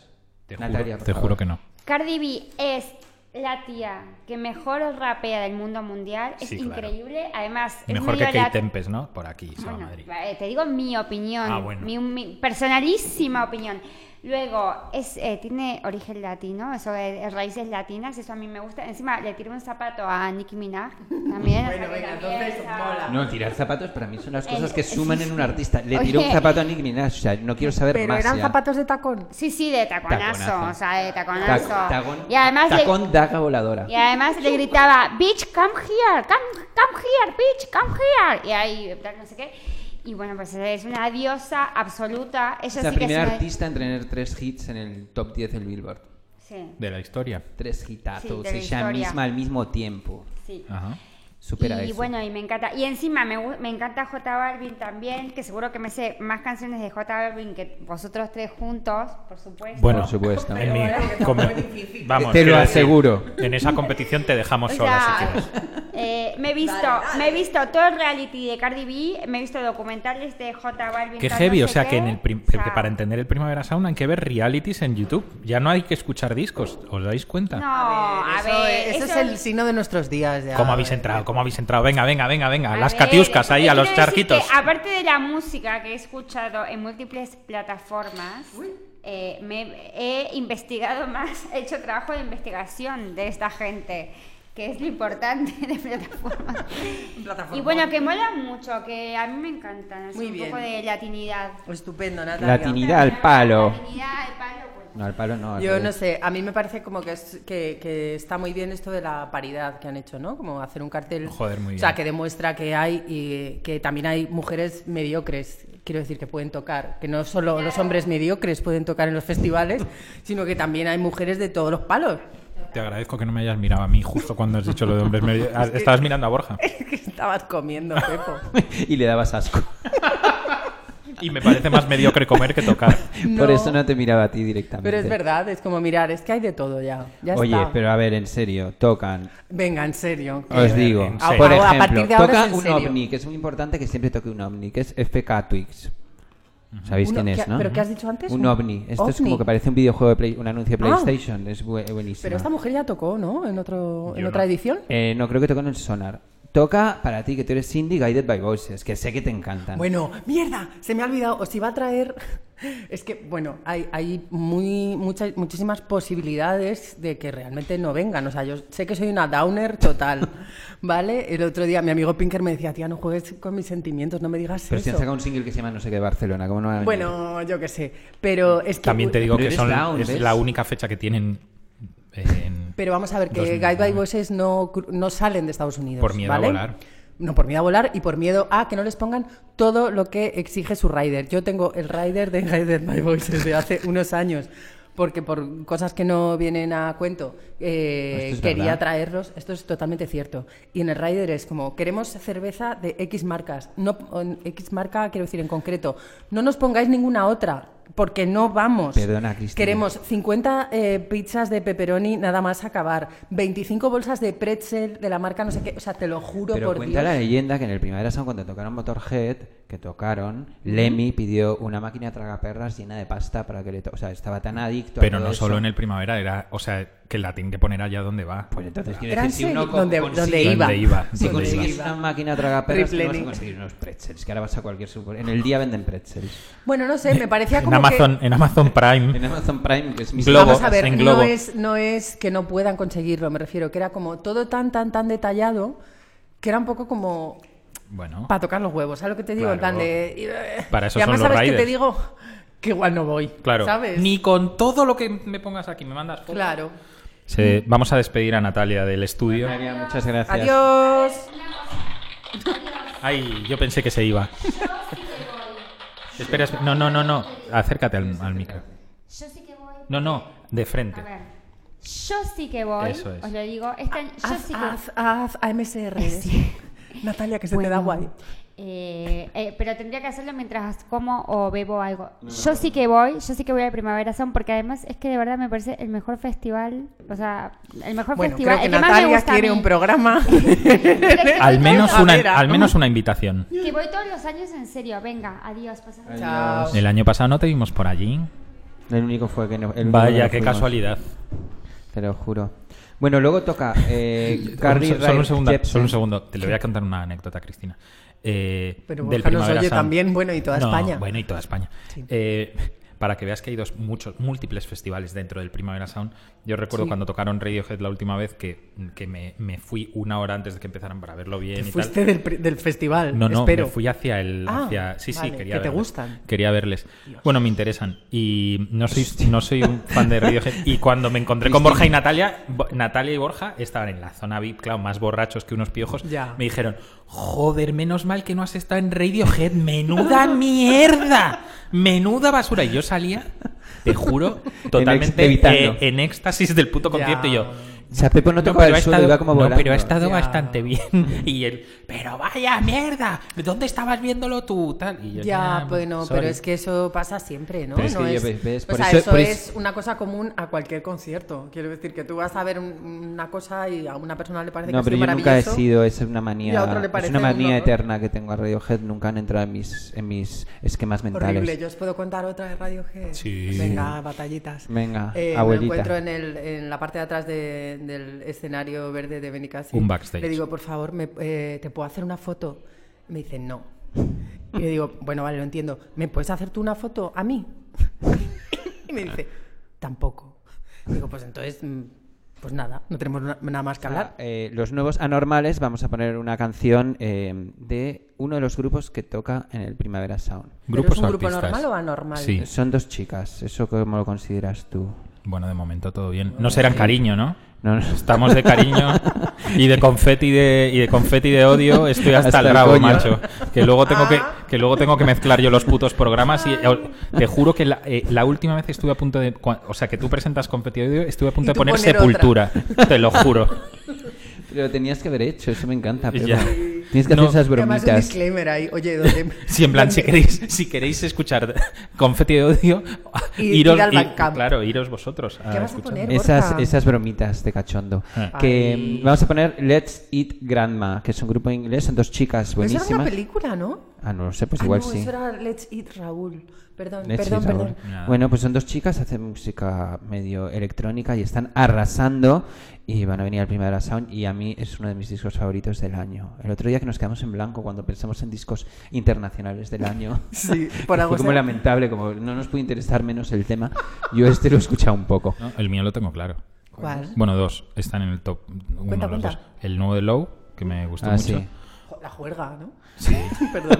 Speaker 5: te,
Speaker 4: Natalia,
Speaker 5: juro,
Speaker 4: por
Speaker 5: te
Speaker 4: favor.
Speaker 5: juro que no.
Speaker 7: Cardi B es la tía que mejor rapea del mundo mundial. Es
Speaker 5: Sí, claro.
Speaker 7: increíble. Además, es
Speaker 5: Mejor que
Speaker 7: medio
Speaker 5: Kate
Speaker 7: la-
Speaker 5: Tempest, ¿no? Por aquí, se va a
Speaker 7: Bueno,
Speaker 5: Madrid.
Speaker 7: eh, te digo mi opinión,
Speaker 5: Ah, bueno.
Speaker 7: mi, mi personalísima opinión. Luego, es, eh, tiene origen latino, eso de de raíces latinas, eso a mí me gusta. Encima le tiré un zapato a Nicki Minaj también. o sea
Speaker 6: Bueno,
Speaker 7: que
Speaker 6: venga,
Speaker 7: también
Speaker 6: entonces
Speaker 7: esa-
Speaker 6: mola.
Speaker 4: No, tirar zapatos para mí son las cosas
Speaker 7: El-
Speaker 4: que suman en un artista. Le
Speaker 7: Oye.
Speaker 4: tiró un zapato a Nick Minaj, o sea, no quiero saber
Speaker 6: Pero
Speaker 4: más.
Speaker 6: eran
Speaker 4: ya.
Speaker 6: zapatos de tacón.
Speaker 7: Sí, sí, de taconazo,
Speaker 4: Taconazo.
Speaker 7: o sea, de
Speaker 4: Ta-
Speaker 7: taconazo.
Speaker 4: tagón-
Speaker 7: y además le-
Speaker 4: tacón daga voladora.
Speaker 7: Y además le gritaba, bitch, come here, come, come here, bitch, come here. Y ahí, tal, no sé qué. Y bueno, pues es una diosa absoluta. Ella
Speaker 4: Es la
Speaker 7: sí que es
Speaker 4: primera
Speaker 7: una-
Speaker 4: artista en tener tres hits en el top 10 del Billboard.
Speaker 7: Sí,
Speaker 5: De la historia.
Speaker 4: Tres
Speaker 7: Sí,
Speaker 4: hitazos,
Speaker 7: de la
Speaker 4: ella
Speaker 7: historia.
Speaker 4: misma al mismo tiempo.
Speaker 7: sí.
Speaker 5: Ajá.
Speaker 4: Supera
Speaker 7: y
Speaker 4: eso.
Speaker 7: bueno, y me encanta. Y encima me, gu- me encanta J Balvin también, que seguro que me sé más canciones de J Balvin que vosotros tres juntos, por supuesto.
Speaker 5: Bueno,
Speaker 4: Por supuesto.
Speaker 5: en mi- como- vamos,
Speaker 4: Te lo
Speaker 5: quiero decir,
Speaker 4: aseguro.
Speaker 5: En esa competición te dejamos
Speaker 7: O
Speaker 5: sola,
Speaker 7: sea,
Speaker 5: si quieres.
Speaker 7: eh, me he visto, me he visto todo el reality de Cardi B, me he visto documentales de J Balvin.
Speaker 5: Qué
Speaker 7: tal,
Speaker 5: heavy,
Speaker 7: no
Speaker 5: o
Speaker 7: sé
Speaker 5: sea, que,
Speaker 7: qué.
Speaker 5: en el prim-
Speaker 7: O sea,
Speaker 5: que para entender el Primavera Sound hay que ver realities en YouTube. Ya no hay que escuchar discos, ¿os dais cuenta?
Speaker 7: No, a ver,
Speaker 6: Oh, Eso, ese es
Speaker 7: eso-
Speaker 6: el signo de nuestros días. Ya.
Speaker 5: ¿Cómo habéis entrado? ¿Cómo habéis entrado? Venga, venga, venga, venga.
Speaker 7: a
Speaker 5: las
Speaker 7: ver,
Speaker 5: catiuscas ahí,
Speaker 7: yo
Speaker 5: a los
Speaker 7: quiero decir
Speaker 5: charquitos.
Speaker 7: que aparte de la música que he escuchado en múltiples plataformas, eh, me he investigado más, he hecho trabajo de investigación de esta gente, que es lo importante de plataformas.
Speaker 6: Plataforma.
Speaker 7: y bueno, que mola mucho, que a mí me encantan, así
Speaker 6: Muy
Speaker 7: un
Speaker 6: bien.
Speaker 7: poco de latinidad.
Speaker 6: Estupendo, Natalia.
Speaker 4: Latinidad al palo.
Speaker 7: Latinidad, el palo, pues.
Speaker 4: No, al palo no. al
Speaker 6: Yo
Speaker 4: revés.
Speaker 6: no sé, a mí me parece como que, es- que, que está muy bien esto de la paridad que han hecho, ¿no? Como hacer un cartel.
Speaker 5: Joder, muy
Speaker 6: O sea,
Speaker 5: bien.
Speaker 6: que demuestra que hay y que también hay mujeres mediocres, quiero decir, que pueden tocar. Que no solo los hombres mediocres pueden tocar en los festivales, sino que también hay mujeres de todos los palos.
Speaker 5: Te agradezco que no me hayas mirado a mí justo cuando has dicho lo de hombres medio. Ah, Estabas mirando a Borja.
Speaker 6: que estabas comiendo, Pepo.
Speaker 4: y le dabas asco.
Speaker 5: Y me parece más mediocre comer que tocar.
Speaker 4: Por
Speaker 6: No.
Speaker 4: eso no te miraba a ti directamente.
Speaker 6: Pero es verdad, es como mirar, es que hay de todo ya. ya
Speaker 4: Oye,
Speaker 6: está.
Speaker 4: pero a ver, en serio, tocan.
Speaker 6: Venga, en serio.
Speaker 4: Os digo,
Speaker 5: en
Speaker 4: por
Speaker 6: serio.
Speaker 4: ejemplo,
Speaker 6: A- a partir de ahora
Speaker 4: toca
Speaker 6: es en
Speaker 4: un
Speaker 6: serio.
Speaker 4: ovni, que es muy importante que siempre toque un ovni, que es FK Twix. ¿Sabéis
Speaker 6: Uno-
Speaker 4: quién
Speaker 6: ¿qué-
Speaker 4: es, no?
Speaker 6: pero qué has dicho antes?
Speaker 4: Un
Speaker 6: Un-
Speaker 4: ovni. Esto es como
Speaker 6: ovni.
Speaker 4: que parece un videojuego, de Play- un anuncio de
Speaker 6: Ah.
Speaker 4: PlayStation. Es bu- buenísimo.
Speaker 6: Pero esta mujer ya tocó, ¿no? En, otro, en
Speaker 5: Yo
Speaker 6: otra
Speaker 5: no. Eh,
Speaker 6: edición.
Speaker 4: Eh, no, creo que tocó en el Sonar. Toca para ti, que tú eres indie, Guided by Voices, que sé que te encantan.
Speaker 6: Bueno, mierda, se me ha olvidado. Os iba a traer. Es que, bueno, hay, hay muy, muchas, muchísimas posibilidades de que realmente no vengan. O sea, yo sé que soy una downer total, ¿vale? El otro día mi amigo Pinker me decía, tía, no juegues con mis sentimientos, no me digas
Speaker 4: Pero si han
Speaker 6: eso.
Speaker 4: sacado un single que se llama no sé qué de Barcelona, ¿cómo no van a venir?
Speaker 6: Bueno, yo qué sé. Pero es que.
Speaker 5: También te digo
Speaker 4: Pero
Speaker 5: que
Speaker 4: eres
Speaker 5: son,
Speaker 4: down,
Speaker 5: es
Speaker 4: ¿ves?
Speaker 5: la única fecha que tienen en-
Speaker 6: Pero vamos a ver que
Speaker 5: 2009.
Speaker 6: Guide by Voices no, cru- no salen de Estados Unidos.
Speaker 5: Por miedo a
Speaker 6: ¿vale?
Speaker 5: volar.
Speaker 6: No, por miedo a volar y por miedo a que no les pongan todo lo que exige su rider. Yo tengo el rider de Guided by Voices de hace unos años. Porque por cosas que no vienen a cuento, eh,
Speaker 4: Esto es
Speaker 6: quería
Speaker 4: verdad.
Speaker 6: traerlos. Esto es totalmente cierto. Y en el rider es como, queremos cerveza de X marcas. No, en X marca, quiero decir en concreto. No nos pongáis ninguna otra, porque no vamos.
Speaker 4: Perdona, Cristina.
Speaker 6: Queremos 50 eh, pizzas de pepperoni nada más acabar, 25 bolsas de pretzel de la marca no sé qué, o sea, te lo juro
Speaker 4: Pero
Speaker 6: por
Speaker 4: cuenta
Speaker 6: Dios.
Speaker 4: la leyenda que en el Primavera Sound cuando tocaron Motorhead, que tocaron, Lemmy pidió una máquina tragaperras llena de pasta para que le... to- O sea, estaba tan adicto a
Speaker 5: Pero
Speaker 4: todo
Speaker 5: no
Speaker 4: eso.
Speaker 5: solo en el primavera, era, o sea, que la tienen que poner allá donde va.
Speaker 4: Pues entonces quiero
Speaker 6: Gran
Speaker 4: decir, si
Speaker 6: serie-
Speaker 4: uno con-
Speaker 6: donde-
Speaker 4: consigue-
Speaker 6: donde iba.
Speaker 5: Donde iba,
Speaker 4: Si
Speaker 5: donde
Speaker 4: consigues
Speaker 6: iba.
Speaker 4: una máquina tragaperras, no vas a
Speaker 6: Replenic.
Speaker 4: conseguir unos pretzels, que ahora vas a cualquier super... En el día venden pretzels.
Speaker 6: Bueno, no sé, me parecía
Speaker 5: En
Speaker 6: como
Speaker 5: Amazon, en Amazon
Speaker 4: En
Speaker 5: Prime.
Speaker 4: Amazon Prime, que es mi...
Speaker 6: que...
Speaker 5: Globo,
Speaker 6: Vamos a ver,
Speaker 5: en
Speaker 6: no
Speaker 5: Globo.
Speaker 6: es, no es que no puedan conseguirlo, me refiero, que era como todo tan, tan, tan detallado, que era un poco como
Speaker 5: Bueno,
Speaker 6: para tocar los huevos, ¿sabes lo que te digo? En plan
Speaker 5: Claro.
Speaker 6: de...
Speaker 5: Para eso
Speaker 6: y además,
Speaker 5: son los
Speaker 6: ¿sabes qué te
Speaker 5: riders.
Speaker 6: digo? Que igual no voy,
Speaker 5: claro.
Speaker 6: ¿sabes?
Speaker 5: Ni con todo lo que me pongas aquí, me mandas fotos.
Speaker 6: Claro.
Speaker 5: Se- vamos a despedir a Natalia del estudio.
Speaker 4: María, muchas gracias.
Speaker 6: Adiós.
Speaker 5: Ay, yo pensé que se iba. Espera, espera. no, no, no, no. Acércate al, al micro.
Speaker 7: pues, Yo sí que voy.
Speaker 5: No, no, de frente.
Speaker 7: A ver. Yo sí que voy.
Speaker 5: Eso es.
Speaker 7: Os lo digo. Este año-
Speaker 4: Ah,
Speaker 7: yo
Speaker 6: Haz,
Speaker 7: sí que
Speaker 6: haz, haz AMSR. Natalia, que se te da guay.
Speaker 7: Eh, eh, pero tendría que hacerlo mientras como o bebo algo. yo sí que voy, yo sí que voy a Primavera Sound porque además es que de verdad me parece el mejor festival, o sea, el mejor
Speaker 6: Bueno,
Speaker 7: festival.
Speaker 6: creo que
Speaker 7: el que más me
Speaker 6: Natalia
Speaker 7: gusta a
Speaker 6: quiere
Speaker 7: mí.
Speaker 6: un programa.
Speaker 7: Pero que
Speaker 5: Al
Speaker 7: voy
Speaker 5: menos
Speaker 7: todos-
Speaker 5: una,
Speaker 6: A ver, a-
Speaker 5: al menos una invitación.
Speaker 7: Que voy todos los años en serio. Venga, adiós. pasad mucho
Speaker 6: Chao.
Speaker 5: El año pasado no te vimos por allí.
Speaker 4: El único fue que no... el único que
Speaker 5: Vaya,
Speaker 4: no
Speaker 5: qué
Speaker 4: fuimos.
Speaker 5: casualidad.
Speaker 4: Te lo juro. Bueno, luego toca eh, Carly
Speaker 5: Solo- solo,
Speaker 4: Rae
Speaker 5: un segundo,
Speaker 4: Jepsen.
Speaker 5: solo un segundo. Te le voy a contar una anécdota, Cristina. Eh,
Speaker 6: Pero Borja
Speaker 5: del
Speaker 6: nos
Speaker 5: Primavera
Speaker 6: oye
Speaker 5: Sound.
Speaker 6: también, bueno, y toda
Speaker 5: No,
Speaker 6: España.
Speaker 5: Bueno, y toda España. Eh, para que veas que hay dos, muchos, múltiples festivales dentro del Primavera Sound. Yo recuerdo cuando tocaron Radiohead la última vez que, que me, me fui una hora antes de que empezaran para verlo bien.
Speaker 6: Te
Speaker 5: y
Speaker 6: fuiste
Speaker 5: tal.
Speaker 6: del, pri- del festival.
Speaker 5: No, no,
Speaker 6: espero.
Speaker 5: me fui hacia el.
Speaker 6: Ah,
Speaker 5: hacia- sí, sí,
Speaker 6: vale,
Speaker 5: quería
Speaker 6: que te
Speaker 5: verles.
Speaker 6: gustan.
Speaker 5: Quería verles. Bueno, me interesan. Y no soy, no soy un fan de Radiohead. Y cuando me encontré con Borja y Natalia, Bo- Natalia y Borja estaban en la zona VIP, claro, más borrachos que unos piojos.
Speaker 6: Ya.
Speaker 5: Me dijeron, joder, menos mal que no has estado en Radiohead. Menuda mierda. Menuda basura. Y yo salía, te juro, totalmente
Speaker 4: levitando.
Speaker 5: eh, en éxtasis del puto concierto. Y yo,
Speaker 4: O sea, Pepo no
Speaker 5: no,
Speaker 4: tocaba
Speaker 5: pero, ha
Speaker 4: el suelo,
Speaker 5: estado,
Speaker 4: iba como
Speaker 5: no,
Speaker 4: volando.
Speaker 5: pero ha estado
Speaker 6: Ya.
Speaker 5: bastante bien. Y él, pero vaya mierda, ¿dónde estabas viéndolo tú? Tal. Y yo,
Speaker 6: Ya,
Speaker 5: "Nah,
Speaker 6: bueno,
Speaker 5: sorry".
Speaker 6: pero es que eso pasa siempre, ¿no?
Speaker 4: Pero es
Speaker 6: No
Speaker 4: que yo, ves, ves,
Speaker 6: o
Speaker 4: por
Speaker 6: sea,
Speaker 4: eso-
Speaker 6: eso,
Speaker 4: por
Speaker 6: es
Speaker 4: eso-
Speaker 6: una cosa común a cualquier concierto. Quiero decir que tú vas a ver un- una cosa y a una persona le parece
Speaker 4: No,
Speaker 6: que
Speaker 4: pero
Speaker 6: es
Speaker 4: yo nunca he
Speaker 6: maravilloso.
Speaker 4: sido, es una
Speaker 6: Y a
Speaker 4: manía,
Speaker 6: otro le
Speaker 4: es
Speaker 6: parece
Speaker 4: una
Speaker 6: un
Speaker 4: manía
Speaker 6: horror.
Speaker 4: eterna que tengo a Radiohead, nunca han entrado en mis, en mis esquemas mentales.
Speaker 6: Horrible, yo os puedo contar otra de Radiohead.
Speaker 5: Sí.
Speaker 6: Venga, batallitas.
Speaker 4: Venga,
Speaker 6: Eh, me
Speaker 4: abuelita.
Speaker 6: encuentro en, el, en la parte de atrás de- del escenario verde de Benicassi.
Speaker 5: Un backstage.
Speaker 6: Le digo, por favor, me, eh, ¿te puedo hacer una foto? Me dice, no. Y le digo, bueno, vale, lo entiendo. ¿Me puedes hacer tú una foto a mí? Y me dice, tampoco. Digo, pues entonces, mm, pues nada, no tenemos na- nada más que hablar.
Speaker 4: Ah, eh, los nuevos anormales, vamos a poner una canción eh, de uno de los grupos que toca en el Primavera Sound.
Speaker 6: ¿Pero
Speaker 5: Grupos
Speaker 6: es un
Speaker 5: o
Speaker 6: grupo
Speaker 5: artistas.
Speaker 6: normal o anormal?
Speaker 5: Sí,
Speaker 4: Son dos chicas, ¿eso cómo lo consideras tú?
Speaker 5: bueno, de momento todo bien. No serán cariño, ¿no?
Speaker 4: No, no.
Speaker 5: Estamos de cariño y de confeti de, y de confeti de odio. Estoy hasta,
Speaker 4: Hasta
Speaker 5: el
Speaker 4: el
Speaker 5: rabo,
Speaker 4: coño.
Speaker 5: macho. Que luego tengo que,
Speaker 6: Ah.
Speaker 5: que luego tengo que mezclar yo los putos programas y eh, te juro que la, eh, la última vez estuve a punto de, cua- o sea, que tú presentas confeti de odio, estuve a punto
Speaker 6: Y
Speaker 5: de
Speaker 6: tú
Speaker 5: poner,
Speaker 6: poner
Speaker 5: sepultura. Te lo juro.
Speaker 4: Lo tenías que haber hecho, eso me encanta. Pero
Speaker 5: Ya.
Speaker 4: Tienes que
Speaker 5: No.
Speaker 4: hacer esas
Speaker 6: Y Además, un
Speaker 4: bromitas.
Speaker 6: disclaimer ahí, oye, ¿dónde?
Speaker 5: Sí, en plan, si
Speaker 6: ¿dónde-
Speaker 5: queréis, si queréis escuchar Confeti de Odio,
Speaker 6: Ir- ir al Bandcamp.
Speaker 5: claro, iros vosotros. Ah,
Speaker 6: ¿Qué vas a
Speaker 5: escuchar.
Speaker 6: poner?
Speaker 4: Esas,
Speaker 6: Borja.
Speaker 4: esas bromitas de cachondo.
Speaker 5: Ah.
Speaker 4: Que
Speaker 6: Ay.
Speaker 4: mm, vamos a poner Let's Eat Grandma, que es un grupo inglés, son dos chicas
Speaker 6: Pero eso era una
Speaker 4: buenísimas.
Speaker 6: película, ¿no?
Speaker 4: Ah, no lo sé, pues
Speaker 6: Ah,
Speaker 4: igual
Speaker 6: no,
Speaker 4: sí.
Speaker 6: Eso era Let's Eat Raúl. Perdón,
Speaker 4: Let's
Speaker 6: perdón,
Speaker 4: see, Raúl.
Speaker 6: perdón.
Speaker 5: Nada.
Speaker 4: Bueno, pues son dos chicas, hacen música medio electrónica y están arrasando y van a venir al Primavera Sound y a mí es uno de mis discos favoritos del año. El otro día que nos quedamos en blanco cuando pensamos en discos internacionales del año.
Speaker 6: Sí, por algo
Speaker 4: Fue como
Speaker 6: será.
Speaker 4: lamentable, como no nos puede interesar menos el tema. Yo este lo he escuchado un poco.
Speaker 5: No, el mío lo tengo claro.
Speaker 6: ¿Cuál?
Speaker 5: Bueno, dos. Están en el top. Uno,
Speaker 6: Ah. Cuenta,
Speaker 5: los
Speaker 6: cuenta.
Speaker 5: dos. El nuevo de Low, que me gustó
Speaker 4: Ah,
Speaker 5: mucho.
Speaker 4: sí.
Speaker 6: Jo, La juerga, ¿no?
Speaker 5: Sí.
Speaker 6: Perdón.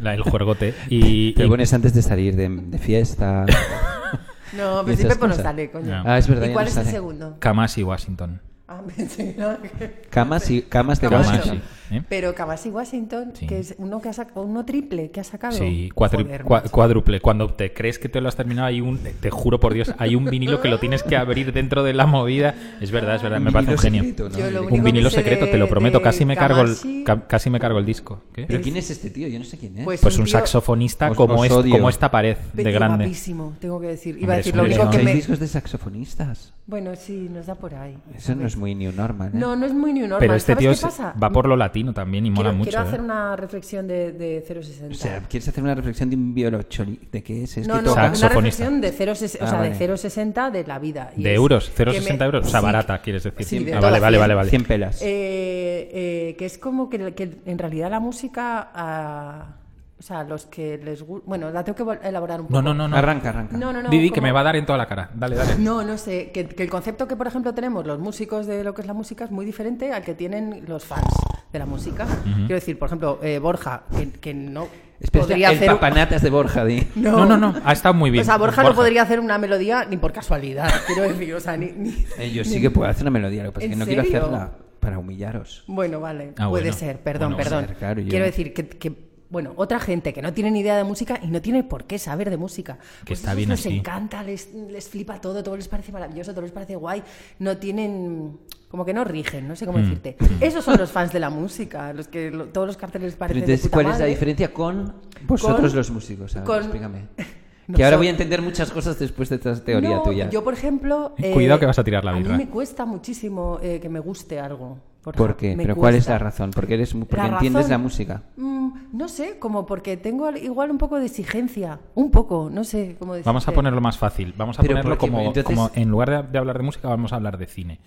Speaker 5: La, el juergote. Y,
Speaker 4: Te
Speaker 5: y-
Speaker 4: lo pones antes de salir de, de fiesta. Y
Speaker 6: No, pero
Speaker 4: esas
Speaker 6: siempre pues no
Speaker 4: cosas.
Speaker 6: sale, coño.
Speaker 5: Ya.
Speaker 4: Ah, es verdad.
Speaker 6: ¿Y
Speaker 4: ya
Speaker 6: cuál
Speaker 4: no
Speaker 6: es el
Speaker 4: sale.
Speaker 6: segundo?
Speaker 5: Kamasi Washington.
Speaker 6: Ah, pensé que era
Speaker 5: ¿Eh?
Speaker 6: que-
Speaker 4: Camas y camas de
Speaker 5: Camas,
Speaker 4: Washington.
Speaker 5: sí. ¿Eh?
Speaker 6: Pero Kamasi Washington,
Speaker 5: Sí.
Speaker 6: que es uno que ha sacado, uno triple que ha sacado.
Speaker 5: Sí, cuadri-
Speaker 6: Joder,
Speaker 5: cua-
Speaker 6: macho.
Speaker 5: cuádruple. Cuando te crees que te lo has terminado, hay un, te juro por Dios, hay un vinilo que lo tienes que abrir dentro de la movida. Es verdad, es verdad, me parece un
Speaker 4: Vinilo
Speaker 5: genio.
Speaker 4: secreto, ¿no?
Speaker 6: Yo lo
Speaker 5: Un
Speaker 6: único
Speaker 5: vinilo
Speaker 6: que sé
Speaker 5: secreto,
Speaker 6: de-
Speaker 5: te lo prometo,
Speaker 6: de
Speaker 5: casi me cargo el,
Speaker 6: Kamashi-
Speaker 5: ca- casi me cargo el disco. ¿Qué?
Speaker 4: ¿Pero quién es este tío? Yo no sé quién es.
Speaker 5: Pues un
Speaker 6: tío
Speaker 5: saxofonista
Speaker 4: Os-
Speaker 5: como,
Speaker 4: os
Speaker 5: es,
Speaker 4: odio.
Speaker 5: como esta pared de grande.
Speaker 6: guapísimo, tengo que decir. Iba
Speaker 5: Hombre,
Speaker 6: a
Speaker 5: es
Speaker 6: decir
Speaker 5: un
Speaker 6: lo único
Speaker 5: león.
Speaker 6: que
Speaker 4: Escucháis
Speaker 6: me...
Speaker 4: discos de saxofonistas.
Speaker 6: Bueno, sí, nos da por ahí.
Speaker 4: Eso no es muy new normal. ¿eh?
Speaker 6: No, no es muy new normal.
Speaker 5: Pero este
Speaker 6: ¿Sabes
Speaker 5: tío
Speaker 6: qué
Speaker 5: es-
Speaker 6: pasa?
Speaker 5: va por lo latino también y mola
Speaker 6: quiero,
Speaker 5: mucho.
Speaker 6: Quiero hacer
Speaker 5: ¿eh?
Speaker 6: una reflexión de, de 0,60.
Speaker 4: O sea, ¿quieres hacer una reflexión de un violocholi? ¿De qué es? Es
Speaker 6: no,
Speaker 4: que
Speaker 6: no,
Speaker 4: toca-
Speaker 6: una
Speaker 5: Saxofonista.
Speaker 6: reflexión de 0,60 o
Speaker 4: Ah,
Speaker 6: sea,
Speaker 4: vale.
Speaker 6: de 0,60 de la vida. Y
Speaker 5: De
Speaker 6: es
Speaker 5: euros,
Speaker 6: que me-
Speaker 5: 0,60 euros. O sea,
Speaker 6: Sí,
Speaker 5: barata, quieres decir.
Speaker 6: Sí, de
Speaker 5: Ah,
Speaker 6: todas
Speaker 5: vale, vale, vale,
Speaker 6: cien.
Speaker 4: 100
Speaker 5: vale.
Speaker 4: pelas.
Speaker 6: Eh, eh, que es como que, que en realidad la música a, o sea, los que les gusta, bueno, la tengo que vol- elaborar un poco.
Speaker 5: No, no, no. no.
Speaker 4: Arranca, arranca.
Speaker 6: No, no, no,
Speaker 5: Didi, que
Speaker 6: como-
Speaker 5: me va a dar en toda la cara. Dale, dale.
Speaker 6: No, no sé, que, que el concepto que por ejemplo tenemos los músicos de lo que es la música es muy diferente al que tienen los fans de la música. Quiero decir, por ejemplo, eh, Borja, que, que no
Speaker 4: Espera,
Speaker 6: podría
Speaker 4: espera, el
Speaker 6: hacer
Speaker 4: papanatas de Borja, di.
Speaker 5: No, no, no, ha estado Ah, muy bien, pues
Speaker 6: O sea, Borja,
Speaker 5: Borja.
Speaker 6: no podría hacer una melodía ni por casualidad, quiero decir, o sea, ni, ni-
Speaker 4: Eh, Yo sí que puedo hacer una melodía, lo que pasa es que
Speaker 6: ¿En
Speaker 4: no quiero
Speaker 6: serio?
Speaker 4: hacerla para humillaros.
Speaker 6: Bueno, vale,
Speaker 5: Ah,
Speaker 6: puede
Speaker 5: bueno.
Speaker 6: ser, perdón,
Speaker 5: Bueno,
Speaker 6: perdón.
Speaker 4: puede ser, claro, yo-
Speaker 6: Quiero decir que, que, bueno, otra gente que no tiene ni idea de música y no tiene por qué saber de música.
Speaker 5: Que
Speaker 6: Pues
Speaker 5: está
Speaker 6: esos
Speaker 5: bien
Speaker 6: les
Speaker 5: así.
Speaker 6: encanta, les, les flipa todo, todo les parece maravilloso, todo les parece guay. No tienen. Como que no rigen, no sé
Speaker 5: Mm.
Speaker 6: cómo decirte. Esos son los fans de la música, los que lo- todos los carteles
Speaker 4: Pero
Speaker 6: parecen. de
Speaker 4: entonces,
Speaker 6: puta
Speaker 4: ¿cuál es la
Speaker 6: madre.
Speaker 4: diferencia con vosotros
Speaker 6: Con-
Speaker 4: los músicos? A ver,
Speaker 6: con-
Speaker 4: explícame. Que
Speaker 6: Nosotros-
Speaker 4: ahora voy a entender muchas cosas después de esta teoría
Speaker 6: No,
Speaker 4: tuya.
Speaker 6: Yo, por ejemplo. eh,
Speaker 5: Cuidado que vas a tirar la
Speaker 6: A
Speaker 5: birra.
Speaker 6: mí me cuesta muchísimo eh, que me guste algo.
Speaker 4: ¿Por qué?
Speaker 6: me
Speaker 4: ¿Pero cuál es
Speaker 6: cuesta.
Speaker 4: la razón? Porque, eres, mu- porque
Speaker 6: La
Speaker 4: entiendes
Speaker 6: razón-
Speaker 4: la música.
Speaker 6: Mm, no sé, como porque tengo al- igual un poco de exigencia. Un poco, no sé cómo decirte.
Speaker 5: Vamos a ponerlo más fácil. Vamos a
Speaker 4: Pero
Speaker 5: ponerlo
Speaker 4: porque,
Speaker 5: como,
Speaker 4: entonces-
Speaker 5: como en lugar de, de hablar de música, vamos a hablar de cine.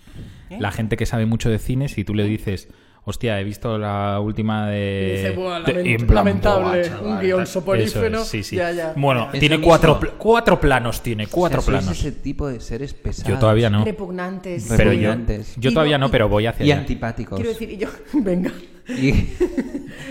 Speaker 6: ¿Eh?
Speaker 5: La gente que sabe mucho de cine, si tú le dices, hostia, he visto la última de.
Speaker 6: Y dice, "Buah,
Speaker 5: de-
Speaker 6: lament-
Speaker 5: y en plan,
Speaker 6: lamentable,
Speaker 5: "Buah, chaval",
Speaker 6: un guión
Speaker 5: tal.
Speaker 6: soporífero.
Speaker 5: Eso es, sí, sí.
Speaker 6: Ya, ya.
Speaker 5: Bueno,
Speaker 4: Es
Speaker 5: tiene
Speaker 4: lo
Speaker 5: cuatro,
Speaker 4: mismo.
Speaker 5: pl- cuatro planos, tiene
Speaker 4: O sea,
Speaker 5: cuatro
Speaker 4: sois
Speaker 5: planos.
Speaker 4: ese tipo de seres pesados.
Speaker 5: Yo todavía no.
Speaker 6: Repugnantes.
Speaker 5: Pero yo,
Speaker 4: Repugnantes.
Speaker 5: yo
Speaker 6: Y
Speaker 5: todavía
Speaker 6: no-
Speaker 5: no, pero voy hacia
Speaker 4: Y
Speaker 5: allá.
Speaker 4: antipáticos.
Speaker 6: Quiero decir, y yo, venga.
Speaker 4: Y-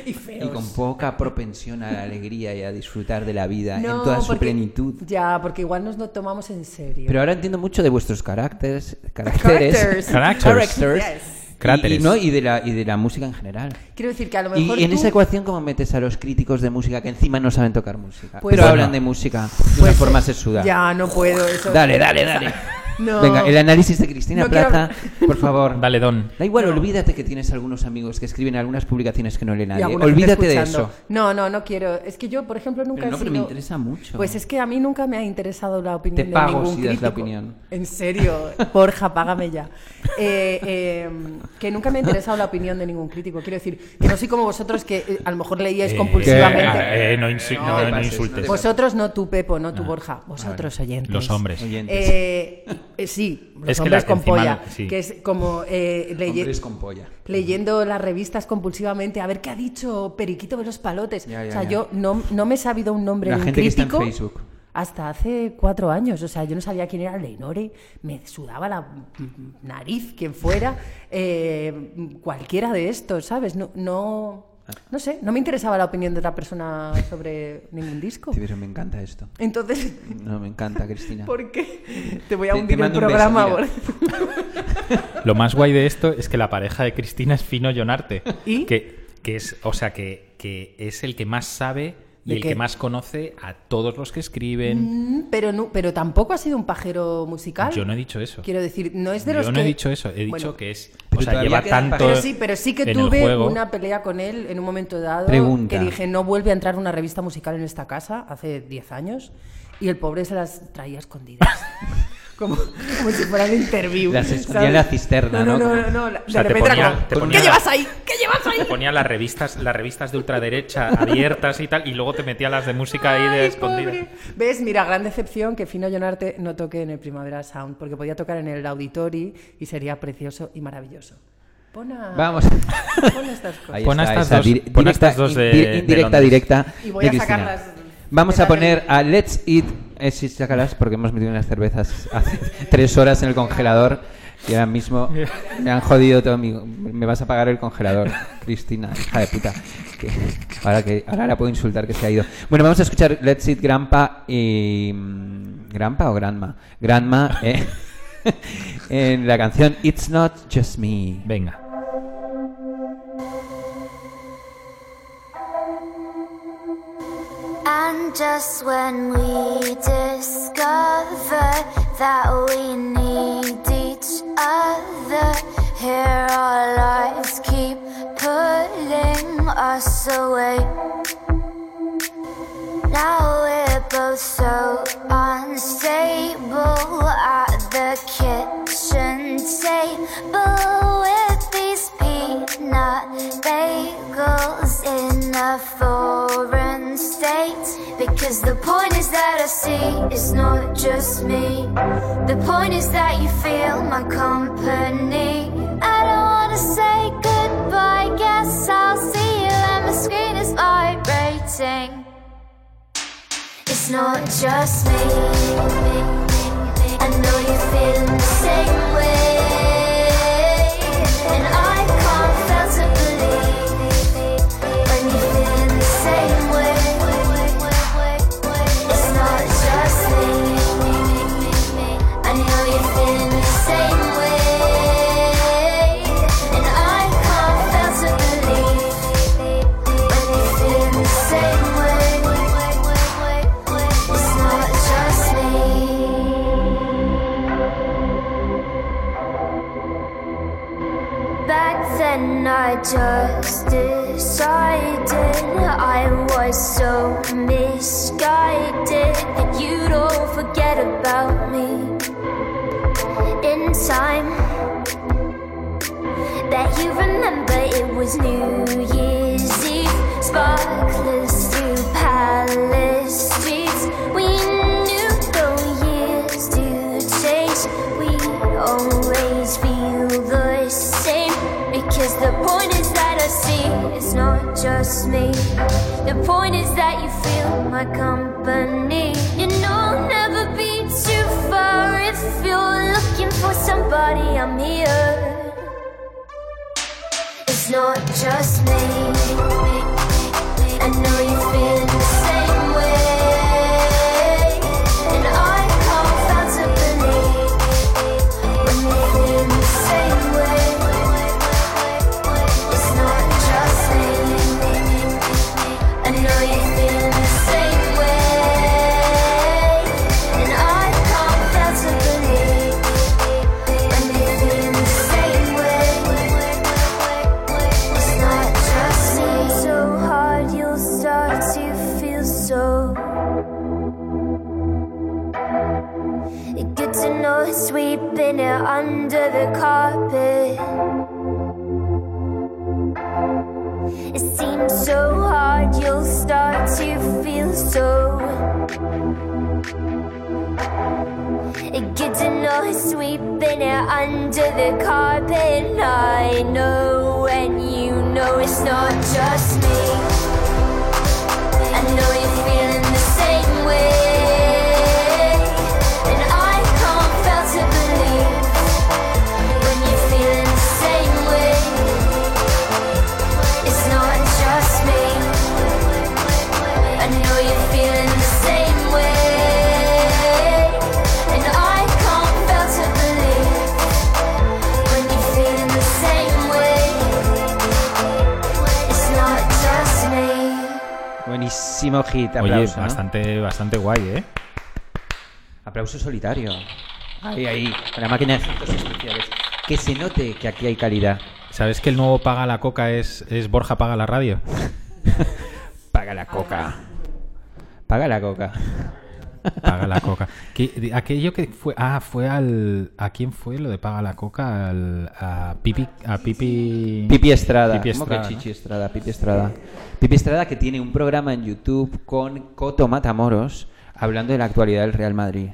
Speaker 6: Y feos.
Speaker 4: y con poca propensión a la alegría y a disfrutar de la vida en
Speaker 6: No,
Speaker 4: toda su
Speaker 6: porque-
Speaker 4: plenitud.
Speaker 6: Ya, porque igual nos lo tomamos en serio.
Speaker 4: Pero ahora entiendo mucho de vuestros caracteres, caracteres,
Speaker 6: Characters.
Speaker 5: Characters.
Speaker 6: Yes.
Speaker 4: y, y
Speaker 5: Cráteres.
Speaker 4: no y de la y de la música en general.
Speaker 6: Quiero decir que a lo
Speaker 4: Y
Speaker 6: mejor.
Speaker 4: en
Speaker 6: tú-
Speaker 4: esa ecuación cómo metes a los críticos de música que encima no saben tocar música,
Speaker 6: Pues
Speaker 4: pero
Speaker 5: bueno.
Speaker 4: hablan de música de una
Speaker 6: pues,
Speaker 4: forma sexuda.
Speaker 6: Ya, no puedo eso.
Speaker 4: Dale, dale, dale.
Speaker 6: No.
Speaker 4: Venga, el análisis de Cristina
Speaker 6: No quiero-
Speaker 4: Plaza, por favor.
Speaker 5: Dale, Don.
Speaker 4: Da igual, olvídate que tienes algunos amigos que escriben algunas publicaciones que no lee
Speaker 6: Y
Speaker 4: nadie.
Speaker 6: alguna gente
Speaker 4: Olvídate de
Speaker 6: escuchando.
Speaker 4: eso.
Speaker 6: No, no, no quiero. Es que yo, por ejemplo, nunca
Speaker 4: Pero no,
Speaker 6: he
Speaker 4: pero
Speaker 6: sido...
Speaker 4: me interesa mucho.
Speaker 6: Pues es que a mí nunca me ha interesado la opinión
Speaker 4: Te
Speaker 6: de
Speaker 4: pago
Speaker 6: ningún
Speaker 4: si das la
Speaker 6: crítico.
Speaker 4: opinión.
Speaker 6: En serio, Borja, págame ya. Eh, eh, que nunca me ha interesado la opinión de ningún crítico. Quiero decir, que no soy como vosotros que eh, a lo mejor leíais
Speaker 5: Eh,
Speaker 6: compulsivamente.
Speaker 5: eh, eh, no, insu-
Speaker 4: No
Speaker 5: no-
Speaker 4: te
Speaker 5: no
Speaker 4: pases,
Speaker 5: insultes.
Speaker 4: no te
Speaker 6: Vosotros no tú, Pepo, no tú, Borja. Vosotros oyentes.
Speaker 5: Los hombres.
Speaker 4: Oyentes.
Speaker 6: Eh, eh, sí, los
Speaker 5: Es que
Speaker 6: hombres
Speaker 5: la-
Speaker 6: con
Speaker 5: encima
Speaker 6: polla.
Speaker 5: la- sí.
Speaker 6: Que es como eh, leye-
Speaker 4: Hombres con polla.
Speaker 6: leyendo las revistas compulsivamente a ver qué ha dicho Periquito de los Palotes.
Speaker 4: Ya, ya,
Speaker 6: o sea,
Speaker 4: ya.
Speaker 6: yo no, no me he sabido un nombre
Speaker 4: La
Speaker 6: de un
Speaker 4: gente que está en
Speaker 6: crítico
Speaker 4: Facebook.
Speaker 6: hasta hace cuatro años. O sea, yo no sabía quién era Leinore, me sudaba la mm, nariz quien fuera, eh, cualquiera de estos, ¿sabes? No, no, no sé, no me interesaba la opinión de otra persona sobre ningún disco.
Speaker 4: Sí, pero me encanta esto.
Speaker 6: Entonces,
Speaker 4: No, me encanta, Cristina.
Speaker 6: ¿por qué? Te voy a
Speaker 4: Te- te
Speaker 6: hundir el
Speaker 4: mando un beso,
Speaker 6: programa.
Speaker 4: mira.
Speaker 6: Borja.
Speaker 5: Lo más guay de esto es que la pareja de Cristina es Fino Jonarte.
Speaker 6: ¿Y?
Speaker 5: Que, que es, o sea, que, que es el que más sabe y
Speaker 6: ¿De
Speaker 5: el
Speaker 6: qué?
Speaker 5: que más conoce a todos los que escriben.
Speaker 6: Mm, Pero, no, pero tampoco ha sido un pajero musical.
Speaker 5: Yo no he dicho eso.
Speaker 6: Quiero decir, no es de los
Speaker 5: Yo no he
Speaker 6: que-
Speaker 5: dicho eso, he dicho
Speaker 6: Bueno,
Speaker 5: que es.
Speaker 4: Pero
Speaker 5: O sea,
Speaker 4: todavía
Speaker 5: lleva
Speaker 4: quedan
Speaker 5: tanto.
Speaker 4: parejas.
Speaker 6: Pero sí, pero sí que
Speaker 5: en el
Speaker 6: tuve
Speaker 5: juego.
Speaker 6: una pelea con él en un momento dado
Speaker 4: Pregunta.
Speaker 6: que dije, no vuelve a entrar una revista musical en esta casa hace 10 años y el pobre se las traía escondidas. Como, como si fuera de interview.
Speaker 4: Las
Speaker 6: ¿sabes?
Speaker 4: escondía en la cisterna,
Speaker 6: No,
Speaker 4: ¿no?
Speaker 6: no, no. no, la-
Speaker 5: O sea,
Speaker 6: de
Speaker 5: te
Speaker 6: repente era
Speaker 5: ponía-
Speaker 6: como,
Speaker 5: te ponía
Speaker 6: ¿qué
Speaker 5: la-
Speaker 6: llevas ahí? ¿Qué llevas ahí?
Speaker 5: Te ponía las revistas, las revistas de ultraderecha abiertas y tal, y luego te metía las de música ahí de
Speaker 6: Ay,
Speaker 5: escondida.
Speaker 6: pobre. ¿Ves? Mira, gran decepción que Fino Jonarte no toque en el Primavera Sound, porque podía tocar en el Auditori y sería precioso y maravilloso. Pon a-
Speaker 4: Vamos.
Speaker 6: Pon estas cosas.
Speaker 4: Ahí
Speaker 5: Pon
Speaker 4: está,
Speaker 5: a estas
Speaker 4: esa
Speaker 5: dos-
Speaker 4: dir-
Speaker 5: pon a
Speaker 4: directa,
Speaker 5: estas dos
Speaker 4: in-
Speaker 5: de-
Speaker 4: dir-
Speaker 5: de
Speaker 4: indirecta,
Speaker 5: Londres.
Speaker 4: directa.
Speaker 6: Y voy a
Speaker 4: de
Speaker 6: sacar
Speaker 4: Cristina.
Speaker 6: las-
Speaker 4: Vamos a
Speaker 6: de la
Speaker 4: poner a Let's Eat. Eh, sí, sácalas porque hemos metido unas cervezas hace tres horas en el congelador y ahora mismo me han jodido todo mi. Me vas a pagar el congelador, Cristina, hija de puta. Que- ahora, que, ahora la puedo insultar que se ha ido. Bueno, vamos a escuchar Let's Eat Grandpa y. mm, ¿Grandpa o Grandma? Grandma, eh, en la canción It's Not Just Me.
Speaker 5: Venga.
Speaker 8: And just when we discover that we need each other, here our lives keep pulling us away. Now we're both so unstable at the kitchen table with these peanut bagels in a foreign state. Because the point is that I see it's not just me. The point is that you feel my company. I don't wanna say goodbye, guess I'll see you, and my screen is vibrating. It's not just me. I know you're feeling the same way. And I can't fail to believe when you're feeling the same way. It's not just me. I know you're feeling the same way. And I can't fail to believe when you're feeling the same way. It's not just me. Back then I just decided I was so misguided that you'd all forget about me in time. That you remember it was New Year's Eve. Sparklers through palace streets. We knew though years do change, we always feel the same. Because the point is that I see it's not just me. The point is that you feel my company. You know, I'll never be too far if you're looking for somebody. I'm here. It's not just me. I know you feel the same way. And I can't fail to believe when you feel the same way. It's not just me. I know you feel the same way. And I can't fail to believe when you feel the same way. It's not just me. So hard you'll start to feel so. Good to know it's sweeping it under the carpet. It seems so hard you'll start to feel so. It Good to know he's sweeping it under the carpet. I know, and you know it's not just me. I know you're feeling the same way, and I can't fail to believe when you're feeling the same way. It's not just me. I know you're feeling the same way. And I can't fail to believe when you're feeling the same way. It's not just me.
Speaker 4: Buenísimo hit,
Speaker 5: Oye,
Speaker 4: aplauso. ¿no?
Speaker 5: bastante, bastante guay, ¿eh?
Speaker 4: Aplauso solitario. Ahí, ahí, con la máquina de efectos especiales. Que se note que aquí hay calidad.
Speaker 5: ¿Sabes que el nuevo Paga la Coca es, es Borja Paga la Radio?
Speaker 4: Paga la coca. Paga la coca.
Speaker 5: Paga la coca. Que- de- aquello que fue. Ah, fue al. ¿A quién fue lo de Paga la coca? Al, a Pipi. A Pipi.
Speaker 4: Pipi Estrada.
Speaker 5: Pipi
Speaker 4: ¿Cómo
Speaker 5: Estrada,
Speaker 4: que Chichi
Speaker 5: ¿no?
Speaker 4: Estrada? Pipi Estrada. Pipi Estrada que tiene un programa en YouTube con Coto Matamoros hablando de la actualidad del Real Madrid.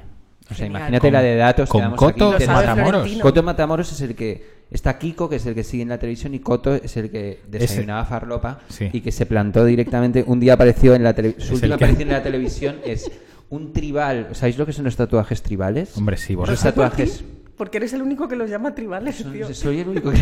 Speaker 4: O sea,
Speaker 6: Genial.
Speaker 4: imagínate la de datos
Speaker 5: Con
Speaker 4: que damos
Speaker 5: Coto
Speaker 4: aquí.
Speaker 6: Lo sabe
Speaker 5: Matamoros.
Speaker 6: Florentino.
Speaker 4: Coto Pues Matamoros es el que está Kiko, que es el que sigue en la televisión, y Coto es el que desayunaba farlopa
Speaker 5: Sí.
Speaker 4: y que se plantó directamente. Un día apareció en la tele-
Speaker 5: Es
Speaker 4: su
Speaker 5: el
Speaker 4: última
Speaker 5: que-
Speaker 4: aparición en la televisión es un tribal. ¿Sabéis lo que son los tatuajes tribales?
Speaker 5: Hombre, sí,
Speaker 4: Los
Speaker 5: vosotros.
Speaker 4: tatuajes.
Speaker 6: Porque eres el único que los llama tribales,
Speaker 4: son-
Speaker 6: tío.
Speaker 4: soy el único que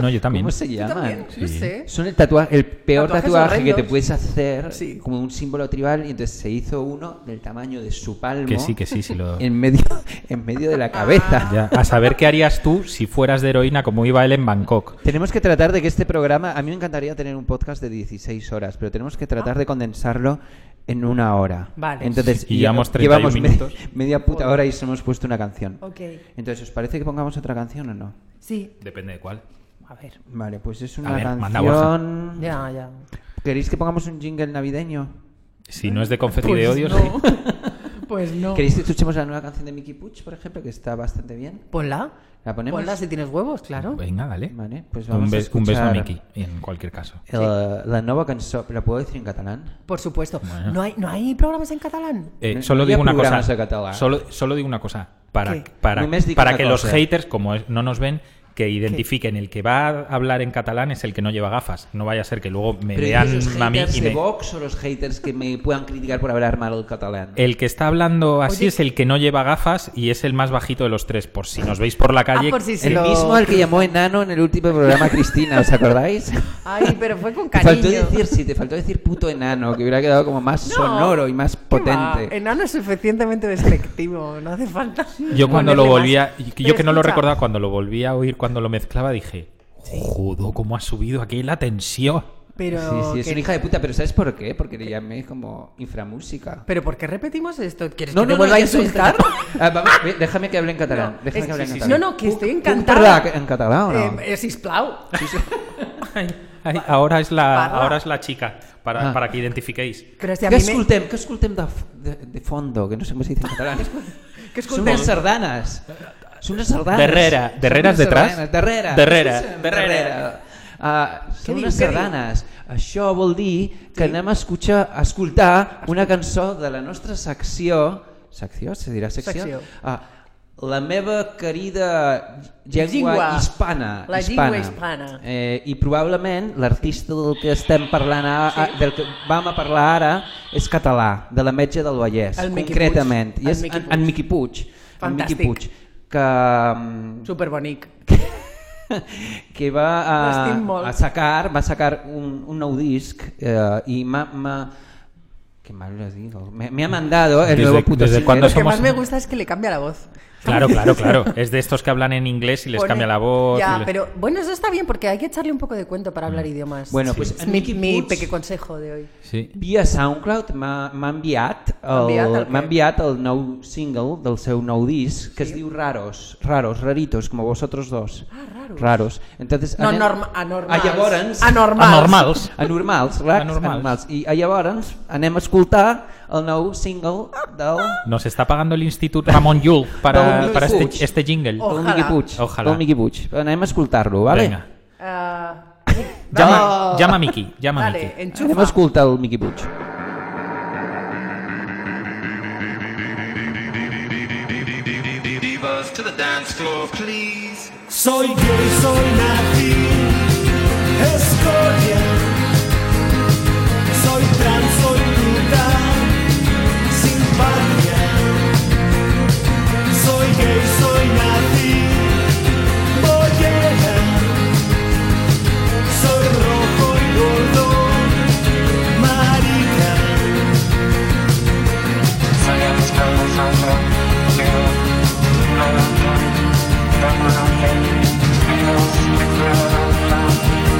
Speaker 5: No, yo también.
Speaker 4: ¿Cómo se llaman?
Speaker 6: No sé.
Speaker 4: Son el tatuaje, el peor
Speaker 6: Tatuajes
Speaker 4: tatuaje que te
Speaker 6: horrendos.
Speaker 4: puedes hacer
Speaker 6: Sí.
Speaker 4: como un símbolo tribal y entonces se hizo uno del tamaño de su palmo
Speaker 5: Que sí, que sí, sí lo.
Speaker 4: en medio en medio de la cabeza.
Speaker 5: Ya, a saber qué harías tú si fueras de heroína como iba él en Bangkok.
Speaker 4: Tenemos que tratar de que este programa, a mí me encantaría tener un podcast de 16 horas, pero tenemos que tratar de condensarlo en una hora.
Speaker 6: Vale.
Speaker 4: Entonces,
Speaker 5: Y llevamos 31
Speaker 4: llevamos me-
Speaker 5: minutos.
Speaker 4: media puta hora y se hemos puesto una canción.
Speaker 6: Ok.
Speaker 4: Entonces, ¿os parece que pongamos otra canción o no?
Speaker 6: Sí.
Speaker 5: Depende de cuál.
Speaker 6: A ver.
Speaker 4: Vale, pues es una
Speaker 5: ver, manda
Speaker 4: canción.
Speaker 6: Ya, ya.
Speaker 4: ¿Queréis que pongamos un jingle navideño?
Speaker 5: Si no es de confeti de
Speaker 6: Pues
Speaker 5: odio, sí.
Speaker 6: no. Pues no.
Speaker 4: ¿Queréis que escuchemos la nueva canción de Mickey Puch, por ejemplo, que está bastante bien?
Speaker 6: Ponla.
Speaker 4: ¿La ponemos?
Speaker 6: Ponla si tienes huevos, claro.
Speaker 5: Venga, dale.
Speaker 4: Vale, pues vamos
Speaker 5: un,
Speaker 4: a
Speaker 5: bes- un beso a
Speaker 4: escuchar-
Speaker 5: Miki, en cualquier caso.
Speaker 4: Eh, la nueva canción, ¿la puedo decir en catalán?
Speaker 6: Por supuesto. ¿No, hay, ¿No hay programas en catalán?
Speaker 5: Eh,
Speaker 4: No-
Speaker 5: solo
Speaker 4: no
Speaker 5: digo
Speaker 4: había
Speaker 5: una cosa.
Speaker 4: programes de català.
Speaker 5: Solo, solo digo una cosa. Para,
Speaker 6: ¿Qué?
Speaker 5: para,
Speaker 4: Només dic
Speaker 5: para
Speaker 4: una
Speaker 5: que los
Speaker 4: cosa.
Speaker 5: haters, como es- no nos ven, que identifiquen el que va a hablar en catalán es el que no lleva gafas. No vaya a ser que luego me
Speaker 4: ¿Pero ¿y
Speaker 5: vean
Speaker 4: los
Speaker 5: a mí
Speaker 4: haters
Speaker 5: y
Speaker 4: de
Speaker 5: me-
Speaker 4: Vox o los haters que me puedan criticar por hablar mal el catalán?
Speaker 6: Eh,
Speaker 5: El que está hablando así
Speaker 6: Oye.
Speaker 5: es el que no lleva gafas y es el más bajito de los tres. Por si nos veis por la calle.
Speaker 6: Ah, por si se
Speaker 4: El
Speaker 6: lo-
Speaker 4: mismo al que llamó enano en el último programa Cristina, ¿os acordáis?
Speaker 6: Ay, pero fue con
Speaker 4: Te
Speaker 6: cariño.
Speaker 4: faltó decir, sí, te faltó decir puto enano, que hubiera quedado como más
Speaker 6: No. Ah,
Speaker 4: sonoro y más
Speaker 6: ¿Qué
Speaker 4: potente.
Speaker 6: va? Enano es suficientemente despectivo, no hace falta.
Speaker 5: Yo cuando lo
Speaker 6: ponerle
Speaker 5: volvía,
Speaker 6: más.
Speaker 5: yo que
Speaker 6: Pero
Speaker 5: no lo
Speaker 6: escucha,
Speaker 5: recordaba, cuando lo volví a oír, cuando lo mezclaba, dije, jodo, cómo ha subido aquí la tensión.
Speaker 6: Pero,
Speaker 4: Sí, sí, es
Speaker 6: que-
Speaker 4: una hija de puta, pero ¿sabes por qué? Porque le llamé como inframúsica.
Speaker 6: ¿Pero por qué repetimos esto? ¿Quieres
Speaker 4: No, no,
Speaker 6: que te
Speaker 4: no,
Speaker 6: vuelva a
Speaker 4: yo soy
Speaker 6: insultar?
Speaker 4: catalán. Ah, vamos, ve, déjame que hable en catalán.
Speaker 6: No,
Speaker 4: déjame
Speaker 6: es-
Speaker 4: que hable en
Speaker 6: sí, sí,
Speaker 4: catalán.
Speaker 6: no, no, que estoy
Speaker 4: Puc- puc
Speaker 6: encantada.
Speaker 4: parlar en catalán o no?
Speaker 6: Eh, es isplau.
Speaker 5: Ay, ahora, es la,
Speaker 6: Parla.
Speaker 5: ahora es la chica, para,
Speaker 4: Ah.
Speaker 5: para que identifiquéis.
Speaker 6: Pero si a
Speaker 4: Què
Speaker 6: mí me...
Speaker 4: escoltem? Què escoltem de, f- de, de fondo? Que no sé com es dice en catalán.
Speaker 6: Que
Speaker 4: Són
Speaker 6: escoltem?
Speaker 4: unes sardanes. Són unes sardanes.
Speaker 5: Darrere. Darrere és
Speaker 4: Són unes
Speaker 5: detrás?
Speaker 4: sardanes. Darrere.
Speaker 5: Darrere.
Speaker 4: Darrere.
Speaker 5: Darrere.
Speaker 4: Uh, són
Speaker 6: diu,
Speaker 4: unes
Speaker 6: què diu?
Speaker 4: sardanes. Això vol dir que anem a escuchar, a escoltar una cançó de la nostra secció... Secció? Se dirà secció?
Speaker 6: Secció.
Speaker 4: Uh, la meva querida llengua,
Speaker 6: Llengua.
Speaker 4: hispana.
Speaker 6: La llengua hispana.
Speaker 4: Eh, I probablement l'artista del que estem parlant ara, sí. del que vam a parlar ara és català, de la metge del Vallès,
Speaker 6: El Miqui
Speaker 4: concretament.
Speaker 6: Puig.
Speaker 4: I
Speaker 6: El
Speaker 4: és
Speaker 6: Miqui
Speaker 4: en,
Speaker 6: Puig.
Speaker 4: en Miqui Puig. En Miqui
Speaker 6: Fantàstic.
Speaker 4: Puig, que, mm,
Speaker 6: Superbonic.
Speaker 4: que va a,
Speaker 6: L'estim molt.
Speaker 4: a sacar, va sacar un, un nou disc eh, i m'ha... m'ha- Que mal lo digo. Me, me ha mandado el
Speaker 5: Desde-
Speaker 4: nuevo puto
Speaker 5: desde
Speaker 4: single.
Speaker 5: cuándo
Speaker 6: Lo que
Speaker 5: Somos-
Speaker 6: más me gusta es que le cambia la voz.
Speaker 5: Claro, claro, claro. Es de estos que hablan en inglés y les Mm.
Speaker 6: Pone-
Speaker 5: cambia la voz.
Speaker 6: Ya,
Speaker 5: y le-
Speaker 6: pero bueno, eso está bien porque hay que echarle un poco de cuento para hablar idiomas.
Speaker 4: Bueno, pues
Speaker 6: es
Speaker 4: en
Speaker 6: mi,
Speaker 4: Mickey
Speaker 6: mi
Speaker 4: Puig-
Speaker 6: pequeño consejo de hoy.
Speaker 5: Sí.
Speaker 4: Via SoundCloud m'ha m'ha enviat
Speaker 6: M'ha enviat el
Speaker 4: el-
Speaker 6: què?
Speaker 4: m'ha enviat el nou single del seu nou disc que es diu Raros, Raros, Raritos, como vosotros dos. raros. Entonces,
Speaker 6: Ah, No,
Speaker 4: anem-
Speaker 6: norma, anormals.
Speaker 4: A llavors,
Speaker 6: Anormals.
Speaker 5: Anormals.
Speaker 4: anormals, raros,
Speaker 5: Anormals.
Speaker 4: anormals. I a llavors anem a escoltar el nou single del,
Speaker 5: Nos está pagando el Instituto Ramón Llull para,
Speaker 4: Ramon
Speaker 5: para
Speaker 4: Llull.
Speaker 5: este, este jingle.
Speaker 6: Oh.
Speaker 4: del
Speaker 6: Ojalà.
Speaker 4: Miqui Puig.
Speaker 5: Ojalà.
Speaker 4: Del Miqui Puig. Anem a escoltar-lo, vale?
Speaker 5: Venga.
Speaker 6: Ah,
Speaker 5: Llama,
Speaker 6: no.
Speaker 5: llama a Miki, llama a
Speaker 6: Dale,
Speaker 5: Miki.
Speaker 4: Anem a
Speaker 6: enchufa.
Speaker 4: escoltar el Miqui Puig.
Speaker 2: Divas to the dance floor, please.
Speaker 9: Soy gay, soy nazi, escoria. Soy trans, soy puta, simpatía. Soy gay, soy nazi, bollera. Soy rojo y gordo, marica.
Speaker 10: Thank you.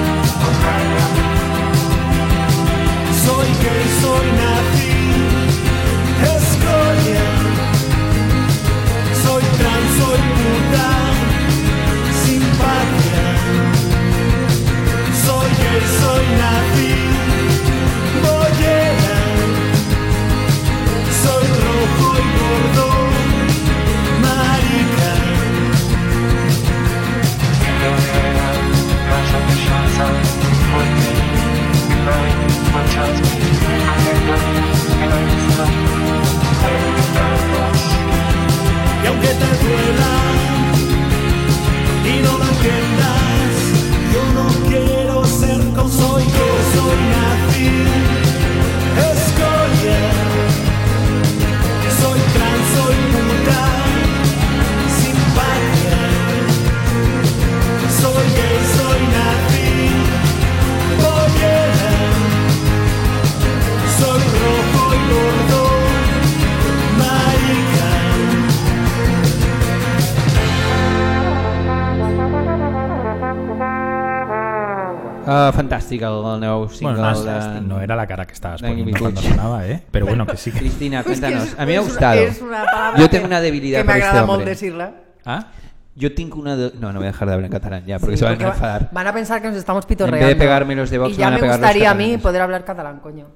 Speaker 4: Ah, fantástico el nou single
Speaker 5: no,
Speaker 4: de...
Speaker 5: no era la cara que estabas
Speaker 4: Dani
Speaker 5: poniendo cuando
Speaker 4: Micucci.
Speaker 5: sonaba, ¿eh? Pero bueno, que sí que...
Speaker 4: Cristina,
Speaker 10: Es que
Speaker 4: cuéntanos.
Speaker 10: és-
Speaker 4: a mí me ha
Speaker 10: és una-
Speaker 4: gustado.
Speaker 10: és una palabra
Speaker 4: Yo
Speaker 10: que-
Speaker 4: tengo una debilidad
Speaker 10: que me
Speaker 4: por este
Speaker 10: agrada molt
Speaker 4: hombre.
Speaker 10: decirla.
Speaker 5: ¿Ah?
Speaker 4: Yo tengo una... de- No, no voy a dejar de hablar en catalán ya, porque
Speaker 6: Sí,
Speaker 4: se van
Speaker 6: porque
Speaker 4: a
Speaker 6: va-
Speaker 4: enfadar.
Speaker 6: Van a pensar que nos estamos pitorreando.
Speaker 4: En vez de pegármelos de Vox,
Speaker 6: Y
Speaker 4: me
Speaker 6: ya
Speaker 4: van a
Speaker 6: me
Speaker 4: pegar los
Speaker 6: gustaría a mí
Speaker 4: catalanes.
Speaker 6: poder hablar catalán, coño.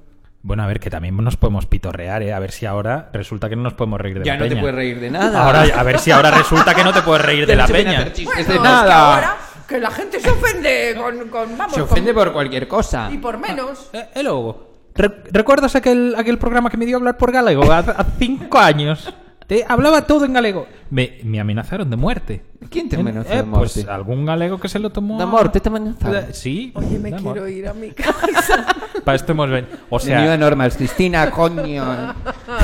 Speaker 5: Bueno, a ver, que también nos podemos pitorrear, ¿eh? A ver si ahora resulta que no nos podemos reír de
Speaker 4: Ya
Speaker 5: la
Speaker 4: no te
Speaker 5: peña.
Speaker 4: puedes reír de nada.
Speaker 5: Ahora, a ver si ahora resulta que no te puedes reír de la peña.
Speaker 4: Es
Speaker 10: Bueno,
Speaker 4: de
Speaker 10: es que ahora
Speaker 4: nada.
Speaker 10: que la gente se ofende con, con- vamos,
Speaker 4: Se ofende
Speaker 10: con-
Speaker 4: por cualquier cosa.
Speaker 10: y por menos.
Speaker 5: Eh, hello. Re- ¿Recuerdas aquel, aquel programa que me dio a hablar por galego hace hace cinco años? Te hablaba todo en galego. Me, me amenazaron de muerte.
Speaker 4: ¿Quién te
Speaker 5: Eh,
Speaker 4: amenazó de
Speaker 5: eh,
Speaker 4: muerte?
Speaker 5: Pues algún galego que se lo tomó.
Speaker 4: De
Speaker 5: a-
Speaker 4: muerte te amenazaron.
Speaker 5: Eh, Sí.
Speaker 10: Oye, me
Speaker 5: de
Speaker 10: quiero
Speaker 5: muerte.
Speaker 10: ir a mi casa.
Speaker 5: Para esto hemos venido. O
Speaker 4: De mí
Speaker 5: sea,
Speaker 4: a normas, Cristina, coño.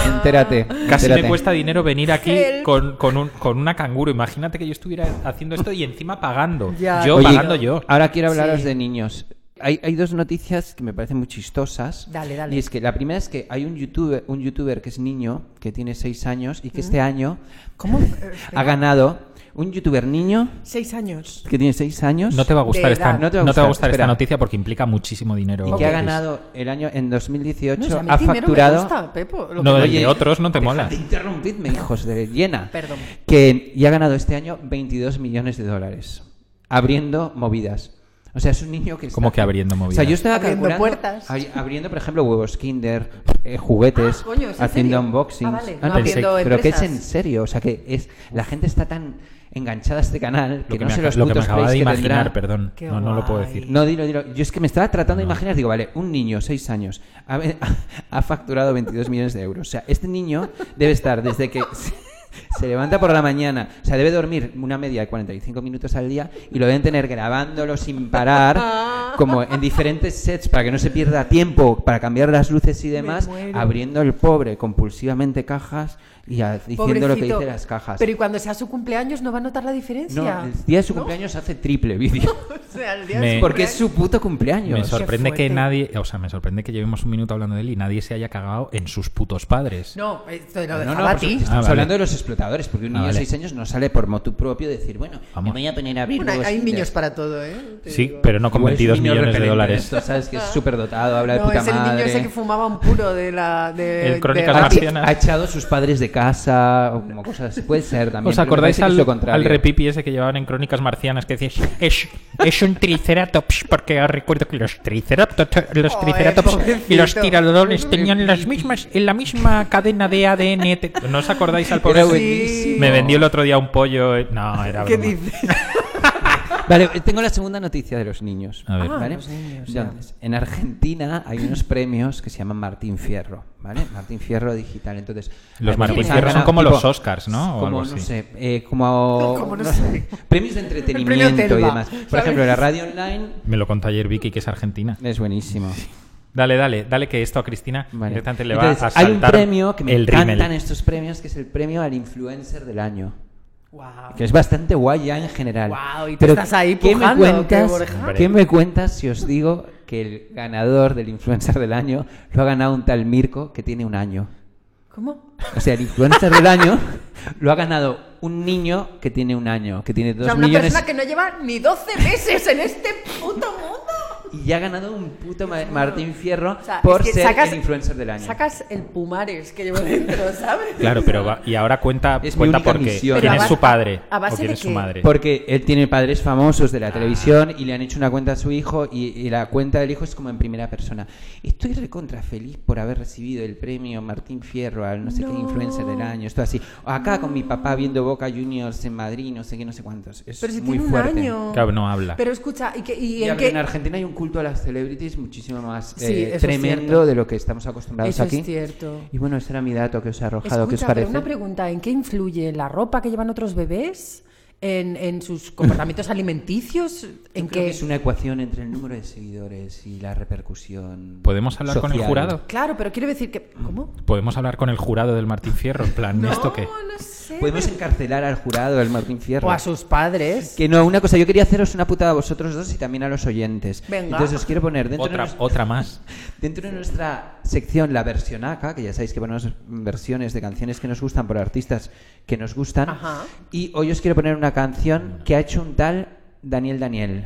Speaker 4: Entérate.
Speaker 5: casi
Speaker 4: entérate.
Speaker 5: me cuesta dinero venir aquí
Speaker 10: Help.
Speaker 5: con, con, un- con una canguro. Imagínate que yo estuviera haciendo esto y encima pagando.
Speaker 6: Ya,
Speaker 5: yo
Speaker 4: Oye,
Speaker 5: pagando yo.
Speaker 4: Ahora quiero hablaros
Speaker 6: Sí.
Speaker 4: de niños. Hay, hay dos noticias que me parecen muy chistosas.
Speaker 6: Dale, dale.
Speaker 4: Y es que la primera es que hay un youtuber, un youtuber que es niño, que tiene seis años y que este año
Speaker 10: Eh,
Speaker 4: ¿cómo? ha ganado un youtuber niño
Speaker 10: Seis años.
Speaker 4: que tiene seis años.
Speaker 5: No te va a gustar
Speaker 10: de
Speaker 5: esta,
Speaker 10: edad.
Speaker 5: no te va a gustar, esta
Speaker 4: espera.
Speaker 5: noticia porque implica muchísimo dinero.
Speaker 4: y que ha
Speaker 5: Chris.
Speaker 4: ganado el año en 2018
Speaker 10: No, si a mí
Speaker 4: ha
Speaker 10: Timero me
Speaker 4: facturado
Speaker 10: gusta, Pepo, lo
Speaker 5: No,
Speaker 10: que-
Speaker 5: el de otros no te mola.
Speaker 4: Dejad de interrumpirme, hijos de llena.
Speaker 6: Perdón.
Speaker 4: Que y ha ganado este año 22 millones de dólares abriendo movidas. O sea, es un niño que está...
Speaker 5: ¿Cómo que abriendo
Speaker 4: O sea,
Speaker 5: movidas?
Speaker 4: yo estaba
Speaker 10: Abriendo
Speaker 4: calculando...
Speaker 10: puertas.
Speaker 4: abri- Abriendo, por ejemplo, huevos Kinder, eh, juguetes,
Speaker 6: Ah, coño, ¿es en
Speaker 4: haciendo
Speaker 6: serio?
Speaker 4: unboxings.
Speaker 6: Ah, vale,
Speaker 4: no,
Speaker 6: no
Speaker 4: pero-
Speaker 6: abriendo
Speaker 4: pero que es
Speaker 6: empresas.
Speaker 4: en serio. O sea, que es la gente está tan enganchada a este canal que,
Speaker 5: Lo que,
Speaker 4: no
Speaker 5: me,
Speaker 4: sé
Speaker 5: aca-
Speaker 4: los
Speaker 5: lo que me
Speaker 4: putos
Speaker 5: acababa
Speaker 4: plays
Speaker 5: de
Speaker 4: que
Speaker 5: imaginar,
Speaker 4: tendrá.
Speaker 5: perdón.
Speaker 6: Qué
Speaker 5: No, no lo puedo
Speaker 6: guay.
Speaker 5: decir.
Speaker 4: No, dilo, dilo. Yo es que me estaba tratando de imaginar, digo, vale, un niño, seis años, ha, ha facturado 22 millones de euros. O sea, este niño debe estar desde que se, se levanta por la mañana, o sea, debe dormir una media de 45 minutos al día y lo deben tener grabándolo sin parar, como en diferentes sets para que no se pierda tiempo, para cambiar las luces y demás,
Speaker 10: muero.
Speaker 4: abriendo el pobre compulsivamente cajas y a- diciendo lo que
Speaker 10: Pobrecito.
Speaker 4: dice las cajas.
Speaker 6: Pero y cuando sea su cumpleaños no va a notar la diferencia.
Speaker 4: no, el día de su cumpleaños hace triple vídeo.
Speaker 10: O sea, el día
Speaker 5: Me-
Speaker 10: de su
Speaker 4: Porque es su puto cumpleaños.
Speaker 5: Me sorprende que
Speaker 10: fuerte.
Speaker 5: nadie, o sea, me sorprende que llevemos un minuto hablando de él y nadie se haya cagado en sus putos padres.
Speaker 10: No, esto lo
Speaker 4: No,
Speaker 10: dejaba
Speaker 4: no,
Speaker 10: a
Speaker 4: por
Speaker 10: ti.
Speaker 4: supuesto, estamos
Speaker 5: Ah, vale.
Speaker 4: hablando de los explotadores, porque un
Speaker 5: Ah,
Speaker 4: niño de
Speaker 5: vale.
Speaker 4: 6 años no sale por motu propio decir, bueno,
Speaker 5: Vamos.
Speaker 4: me voy a poner a abrir
Speaker 10: Bueno, hay-
Speaker 4: huevos
Speaker 10: hay
Speaker 4: Kinder.
Speaker 10: niños para todo, ¿eh? Te
Speaker 5: Sí,
Speaker 10: digo.
Speaker 5: pero no con
Speaker 4: Igual es un
Speaker 5: 22
Speaker 4: niño
Speaker 5: millones de
Speaker 4: referente en
Speaker 5: dólares.
Speaker 4: esto, sabes que es súper dotado, habla de
Speaker 10: Ah. No,
Speaker 4: puta
Speaker 10: es el niño ese
Speaker 4: madre.
Speaker 10: que fumaba un puro de la. Eh, De,
Speaker 5: El Crónicas
Speaker 10: de-
Speaker 4: ha,
Speaker 5: Marcianas.
Speaker 4: ha echado a sus padres de casa o como cosas así. Puede ser también.
Speaker 5: ¿Os
Speaker 4: pero me
Speaker 5: acordáis
Speaker 4: parece que es
Speaker 5: al,
Speaker 4: lo contrario.
Speaker 5: al repipi ese que llevaban en Crónicas Marcianas que decía es, es un triceratops? Porque os recuerdo que los triceratops, los
Speaker 10: Ay,
Speaker 5: triceratops y los
Speaker 10: pobrecito.
Speaker 5: tiralodones tenían las mismas, en la misma cadena de ADN. Te- ¿No os acordáis al pobre?
Speaker 4: Era buenísimo.
Speaker 5: Me vendió el otro día un pollo. eh, No, era
Speaker 10: ¿Qué
Speaker 5: broma.
Speaker 10: dices?
Speaker 4: Vale, eh, tengo la segunda noticia de los niños.
Speaker 5: A ver. Ah,
Speaker 4: ¿vale? Entonces, en Argentina hay unos premios que se llaman Martín Fierro, ¿vale? Martín Fierro Digital. Entonces,
Speaker 5: Los
Speaker 4: hay
Speaker 5: Martín
Speaker 4: muchos que
Speaker 5: Fierro
Speaker 4: han
Speaker 5: son
Speaker 4: ganado,
Speaker 5: como los Oscars, ¿no? O
Speaker 4: como,
Speaker 5: algo
Speaker 4: no
Speaker 5: así.
Speaker 4: sé, eh, como,
Speaker 10: Como no
Speaker 4: no
Speaker 10: sé.
Speaker 4: sé, premios de entretenimiento y
Speaker 10: Telva,
Speaker 4: demás. Por
Speaker 10: ¿sabes?
Speaker 4: ejemplo, la radio online
Speaker 5: Me lo contó ayer Vicky, que es argentina.
Speaker 4: es buenísimo.
Speaker 5: Dale, dale, dale que esto a Cristina
Speaker 4: Vale.
Speaker 5: directamente le va a
Speaker 4: Entonces,
Speaker 5: saltar
Speaker 4: hay un premio que me este
Speaker 5: el
Speaker 4: encantan
Speaker 5: rímel.
Speaker 4: estos premios, que es el premio al influencer del año.
Speaker 10: Guau.
Speaker 4: Que es bastante guay ya en general.
Speaker 10: Guau, y tú
Speaker 4: Pero
Speaker 10: estás ahí
Speaker 4: ¿qué me,
Speaker 10: pujando,
Speaker 4: cuentas,
Speaker 10: qué Borja.
Speaker 5: Hombre.
Speaker 4: ¿Qué me cuentas si os digo que el ganador del influencer del año lo ha ganado un tal Mirko que tiene un año?
Speaker 10: ¿Cómo?
Speaker 4: O sea, el influencer del año lo ha ganado un niño que tiene un año, que tiene
Speaker 10: O
Speaker 4: dos
Speaker 10: sea, una
Speaker 4: millones
Speaker 10: persona que no lleva ni 12 meses en este puto mundo.
Speaker 4: y ya ha ganado un puto Ma- Martín Fierro
Speaker 10: O sea,
Speaker 4: por
Speaker 10: es que
Speaker 4: ser
Speaker 10: sacas-
Speaker 4: el influencer del año.
Speaker 10: Sacas el Pumares que llevo dentro, ¿sabes?
Speaker 5: Claro, pero va- y ahora cuenta,
Speaker 4: Es mi
Speaker 5: cuenta
Speaker 4: única
Speaker 5: por qué.
Speaker 4: misión.
Speaker 5: ¿Quién
Speaker 4: Pero
Speaker 5: es
Speaker 4: a
Speaker 5: su
Speaker 10: ba-
Speaker 5: padre?
Speaker 10: a base
Speaker 5: ¿O quién
Speaker 10: de
Speaker 5: es su
Speaker 10: qué?
Speaker 5: madre?
Speaker 4: Porque él tiene padres famosos de la televisión y le han hecho una cuenta a su hijo y, y la cuenta del hijo es como en primera persona. Estoy recontra feliz por haber recibido el premio Martín Fierro al no sé qué influencer del año, esto así. O acá con mi papá viendo Boca Juniors en Madrid, no sé qué, no sé cuántos. Es
Speaker 10: Pero si
Speaker 4: muy
Speaker 10: tiene un
Speaker 4: fuerte.
Speaker 10: año.
Speaker 5: Claro, no habla.
Speaker 10: Pero escucha, ¿y, qué, y, en
Speaker 4: Ya, pero
Speaker 10: qué?
Speaker 4: en Argentina hay un culto a las celebrities muchísimo más
Speaker 10: Sí,
Speaker 4: eh,
Speaker 10: eso es
Speaker 4: tremendo
Speaker 10: cierto.
Speaker 4: de lo que estamos acostumbrados
Speaker 10: Eso es
Speaker 4: aquí.
Speaker 10: cierto.
Speaker 4: Y bueno, ese era mi dato que os he arrojado. ¿Qué os
Speaker 6: Escucha, pero
Speaker 4: parece?
Speaker 6: una pregunta, ¿en qué influye la ropa que llevan otros bebés? ¿En, en sus comportamientos alimenticios?
Speaker 4: Creo
Speaker 6: ¿En
Speaker 4: que
Speaker 6: qué?
Speaker 4: es una ecuación entre el número de seguidores y la repercusión.
Speaker 5: ¿Podemos hablar con el
Speaker 4: social.
Speaker 5: jurado?
Speaker 6: Claro, pero quiero decir que... ¿Cómo?
Speaker 5: Podemos hablar con el jurado del Martín Fierro, en plan, ¿esto qué?
Speaker 10: No, no sé.
Speaker 4: Podemos encarcelar al jurado del Martín Fierro.
Speaker 6: O a sus padres.
Speaker 4: Que no, una cosa, yo quería haceros una putada a vosotros dos y también a los oyentes.
Speaker 10: Venga.
Speaker 4: Entonces os quiero poner dentro,
Speaker 5: Otra,
Speaker 4: de, nos-
Speaker 5: otra más.
Speaker 4: dentro de nuestra sección La Versionaca, que ya sabéis que ponemos versiones de canciones que nos gustan por artistas que nos gustan.
Speaker 10: Ajá.
Speaker 4: Y hoy os quiero poner una canción que ha hecho un tal Daniel Daniel.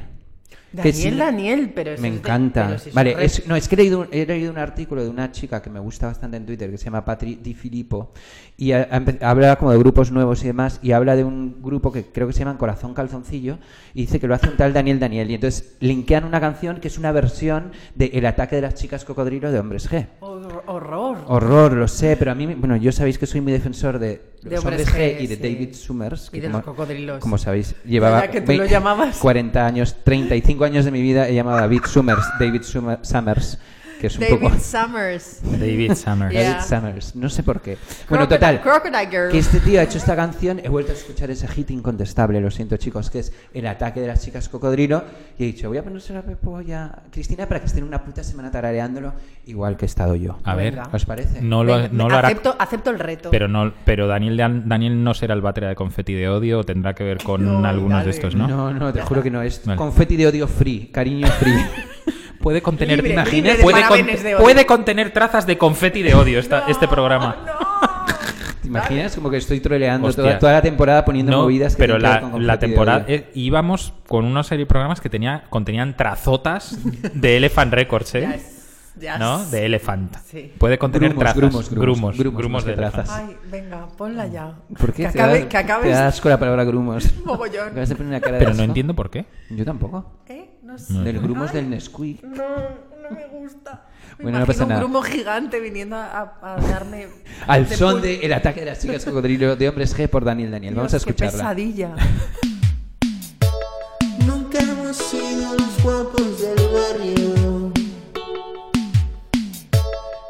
Speaker 4: que sí-
Speaker 6: Daniel, Daniel, pero eso
Speaker 4: Me
Speaker 6: es de-
Speaker 4: encanta.
Speaker 6: pero si es
Speaker 4: vale,
Speaker 6: re-
Speaker 4: es- no, es que he leído, un, he leído un artículo de una chica que me gusta bastante en Twitter que se llama Patri Di Filippo y ha- ha empe- habla como de grupos nuevos y demás y habla de un grupo que creo que se llaman Corazón Calzoncillo y dice que lo hace un tal Daniel Daniel y entonces linkean una canción que es una versión de El ataque de las chicas cocodrilo de Hombres G.
Speaker 6: Hor- horror.
Speaker 4: Horror, lo sé, pero a mí, bueno, yo sabéis que soy muy defensor de los
Speaker 6: De
Speaker 4: hombres
Speaker 6: Hombres
Speaker 4: G,
Speaker 6: G,
Speaker 4: y de
Speaker 6: sí.
Speaker 4: David Summers.
Speaker 6: Y de los cocodrilos.
Speaker 4: Como sabéis, llevaba
Speaker 6: Ya que tú lo
Speaker 4: ve-
Speaker 6: llamabas.
Speaker 4: 40 años, 35 años de mi vida he llamado a David Summers, David Summer- Summers, que es un
Speaker 10: David
Speaker 4: poco...
Speaker 10: Summers.
Speaker 5: David Summers.
Speaker 10: Yeah.
Speaker 4: David Summers, no sé por qué. Bueno, total,
Speaker 10: Crocodile Girl.
Speaker 4: que este tío ha hecho esta canción, he vuelto a escuchar ese hit incontestable, lo siento chicos, que es El ataque de las chicas cocodrilo, y he dicho, voy a ponerse la pepolla a Cristina para que esté en una puta semana tarareándolo, igual que he estado yo.
Speaker 5: A ver,
Speaker 6: Venga.
Speaker 4: ¿Os parece?
Speaker 5: no lo,
Speaker 6: Venga,
Speaker 5: no lo hará.
Speaker 6: acepto, acepto el reto.
Speaker 5: Pero, no, pero Daniel, Daniel no será el batera de confeti de odio o tendrá que ver con algunos de estos, pues, ¿no?
Speaker 4: No, no, te juro que no. Es
Speaker 5: Vale.
Speaker 4: confeti de odio free, cariño free.
Speaker 5: Puede contener,
Speaker 6: Libre,
Speaker 5: ¿te imaginas?
Speaker 6: libre de
Speaker 5: puede,
Speaker 6: parabenes de odio.
Speaker 5: puede contener trazas de confeti de odio esta- este programa.
Speaker 4: ¿Te imaginas? Como que estoy troleando
Speaker 5: Hostia.
Speaker 4: toda, toda la temporada poniendo movidas que
Speaker 5: pero
Speaker 4: tienen que ver
Speaker 5: la,
Speaker 4: con confeti
Speaker 5: la
Speaker 4: de
Speaker 5: temporada
Speaker 4: odio.
Speaker 5: eh, íbamos con una serie de programas que tenía, contenían trazotas de Elephant Records, ¿eh?
Speaker 6: Ya
Speaker 5: ¿No?
Speaker 6: s-
Speaker 5: De Elephant.
Speaker 6: Sí. Ah,
Speaker 5: Puede contener
Speaker 4: Grumos,
Speaker 5: trazas.
Speaker 4: grumos, grumos,
Speaker 5: grumos,
Speaker 4: grumos,
Speaker 5: grumos
Speaker 4: más
Speaker 5: de
Speaker 4: que trazas.
Speaker 5: trazas.
Speaker 10: Ay, venga, ponla ya.
Speaker 4: ¿Por qué?
Speaker 10: Que,
Speaker 4: Te
Speaker 10: acabe-
Speaker 4: da-
Speaker 10: que acabes.
Speaker 4: Te da asco la palabra grumos.
Speaker 10: Mogollón.
Speaker 4: Acabas de poner una cara de
Speaker 5: Pero no
Speaker 4: asco.
Speaker 5: entiendo por qué.
Speaker 4: Yo tampoco.
Speaker 10: ¿Eh? No sé.
Speaker 4: Del grumos del Nesquik.
Speaker 10: No, no me gusta. Me
Speaker 4: Bueno, no
Speaker 10: imagino
Speaker 4: pasa nada.
Speaker 10: un grumo gigante viniendo a, a darme.
Speaker 4: Al
Speaker 10: de
Speaker 4: son
Speaker 10: pu-
Speaker 4: de El ataque de las chicas cocodrilo de hombres G por Daniel Daniel. Vamos a
Speaker 10: Dios, Qué
Speaker 4: escucharla.
Speaker 10: pesadilla.
Speaker 9: Nunca hemos sido los guapos del barrio.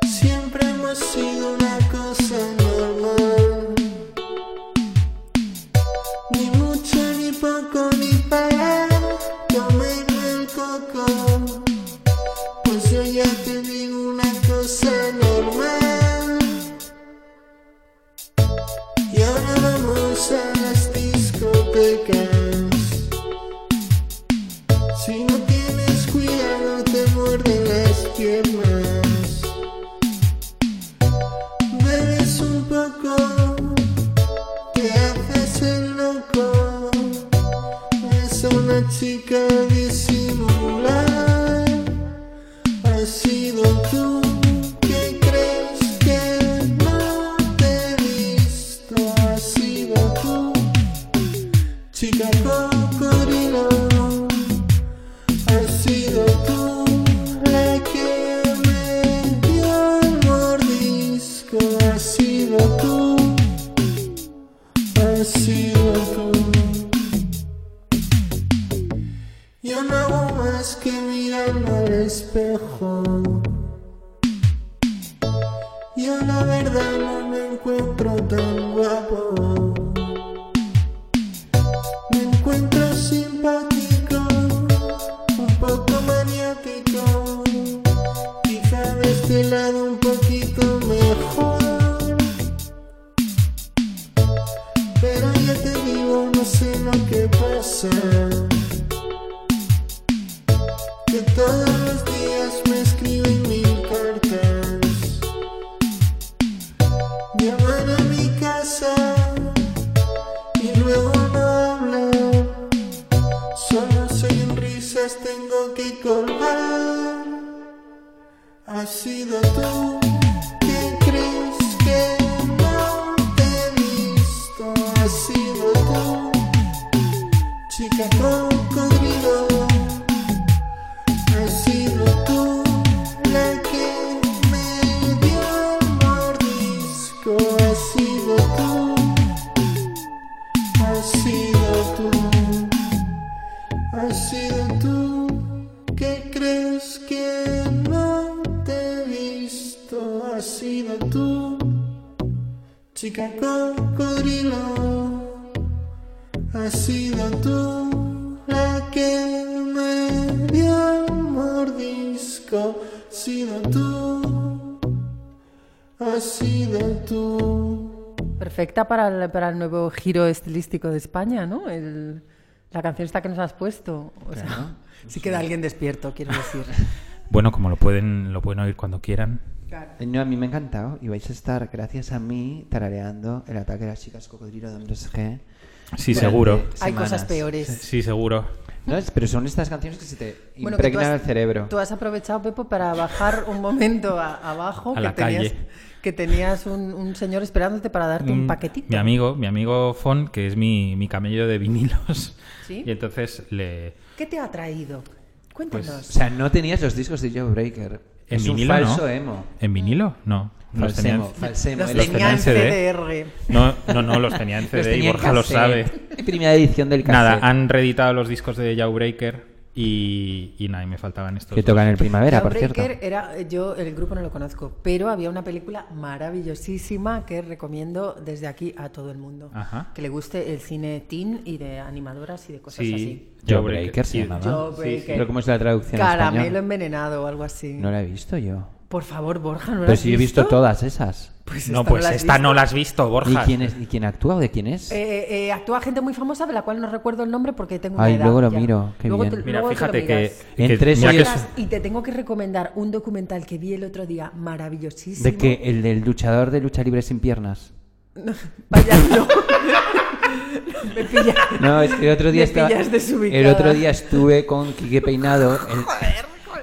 Speaker 9: Siempre hemos sido una cosa normal. Ni mucho, ni poco, ni para. Comer el coco. Pues yo ya te digo una cosa normal. Y ahora vamos a las discotecas. Si no tienes cuidado te muerden las piernas. Bebes un poco, te haces el loco. Es una chica disimular. Has sido tú que crees que no te he visto. Has sido tú, chica cocodrilo. Has sido tú la que me dio el mordisco. Has sido tú. Has sido tú. Yo no hago más que mirarme al espejo. Yo la verdad no me encuentro tan guapo. Me encuentro simpático un poco maniático. Quizá de este lado un poquito mejor. Pero ya te digo, no sé lo que pasa. Que todos los días me escriben mil cartas. Llaman a mi casa y luego no hablan. Solo sonrisas tengo que colgar. Has sido tú que crees que no te he visto. Has sido tú, chica cocodrilo. Has sido tú la que me dio el mordisco. Has sido tú, has sido tú. Has sido tú que crees que no te he visto. Has sido tú, chica cocodrilo. Has sido tú la que me dio el mordisco. Has sido tú, has sido tú.
Speaker 6: Perfecta para el, para el nuevo giro estilístico de España, ¿no? El- la canción esta que nos has puesto. O sea, sí queda alguien despierto, quiero decir.
Speaker 5: Bueno, como lo pueden, lo pueden oír cuando quieran.
Speaker 4: Eh, No, a mí me ha encantado y vais a estar, gracias a mí, tarareando el ataque de las chicas cocodrilo de hombres G
Speaker 5: Sí,
Speaker 4: durante
Speaker 5: seguro.
Speaker 6: Hay
Speaker 4: semanas.
Speaker 6: cosas peores.
Speaker 5: Sí, seguro.
Speaker 4: ¿Sabes? Pero son estas canciones que se te
Speaker 6: Bueno, que tú
Speaker 4: impregnan
Speaker 6: has-
Speaker 4: el cerebro.
Speaker 6: Tú has aprovechado, Pepo, para bajar un momento a- abajo.
Speaker 5: A la
Speaker 6: tenías,
Speaker 5: calle.
Speaker 6: Que tenías un, un señor esperándote para darte un
Speaker 5: Mm,
Speaker 6: paquetito.
Speaker 5: Mi amigo, mi amigo Fon, que es mi, mi camello de vinilos.
Speaker 6: ¿Sí?
Speaker 5: Y entonces le...
Speaker 6: ¿Qué te ha traído?
Speaker 5: Pues
Speaker 6: Cuéntanos.
Speaker 4: O sea, no tenías los discos de Joe Breaker.
Speaker 5: En
Speaker 4: es un
Speaker 5: vinilo,
Speaker 4: falso
Speaker 5: no.
Speaker 4: emo.
Speaker 5: ¿En vinilo? No. Los tenía en-
Speaker 4: Falsemo, falsemo.
Speaker 6: los
Speaker 4: Él
Speaker 5: los
Speaker 6: tenía en
Speaker 5: tenía en
Speaker 6: CDR.
Speaker 5: No, no, no, los tenía en CD
Speaker 4: los tenía
Speaker 5: y
Speaker 4: en
Speaker 5: Borja lo
Speaker 4: cassette.
Speaker 5: sabe.
Speaker 4: Primera edición del cassette.
Speaker 5: Nada, han reeditado los discos de Jawbreaker y, y nada, y me faltaban estos.
Speaker 4: Que
Speaker 5: dos.
Speaker 4: tocan el primavera, por cierto.
Speaker 6: Jawbreaker era, eh, yo el grupo no lo conozco, pero había una película maravillosísima que recomiendo desde aquí a todo el mundo.
Speaker 5: Ajá.
Speaker 6: Que le guste el cine teen y de animadoras y de cosas
Speaker 5: Sí,
Speaker 6: así.
Speaker 4: Jawbreaker se
Speaker 5: y-
Speaker 4: llamaba.
Speaker 6: Jawbreaker.
Speaker 4: Pero ¿cómo es la traducción en
Speaker 6: Caramelo
Speaker 4: español?
Speaker 6: envenenado o algo así.
Speaker 4: No la he visto yo.
Speaker 6: Por favor, Borja, ¿no lo
Speaker 4: Pero
Speaker 6: has
Speaker 4: si yo he visto todas esas.
Speaker 6: Pues
Speaker 5: No,
Speaker 6: esta
Speaker 5: pues
Speaker 6: la has
Speaker 5: esta
Speaker 6: visto.
Speaker 5: no la has visto,
Speaker 4: ¿Y
Speaker 5: Borja.
Speaker 4: quién, es, ¿Y quién actúa o de quién es?
Speaker 6: Eh, eh, actúa gente muy famosa de la cual no recuerdo el nombre porque tengo una
Speaker 4: Ay,
Speaker 6: edad
Speaker 4: luego lo
Speaker 6: ya.
Speaker 4: miro, qué
Speaker 6: Luego
Speaker 4: bien.
Speaker 6: te-
Speaker 5: Mira,
Speaker 6: luego te lo
Speaker 5: fíjate que,
Speaker 6: miras.
Speaker 5: que-
Speaker 4: Entre
Speaker 5: mira que
Speaker 4: ellos-
Speaker 5: es-
Speaker 6: Y te tengo que recomendar un documental que vi el otro día, maravillosísimo.
Speaker 4: ¿De que ¿El del luchador de lucha libre sin piernas?
Speaker 6: Vaya, no. Me pilla.
Speaker 4: No, es que el otro día
Speaker 6: Me
Speaker 4: estaba...
Speaker 6: pillas desubicada.
Speaker 4: El otro día estuve con Quique Peinado. el-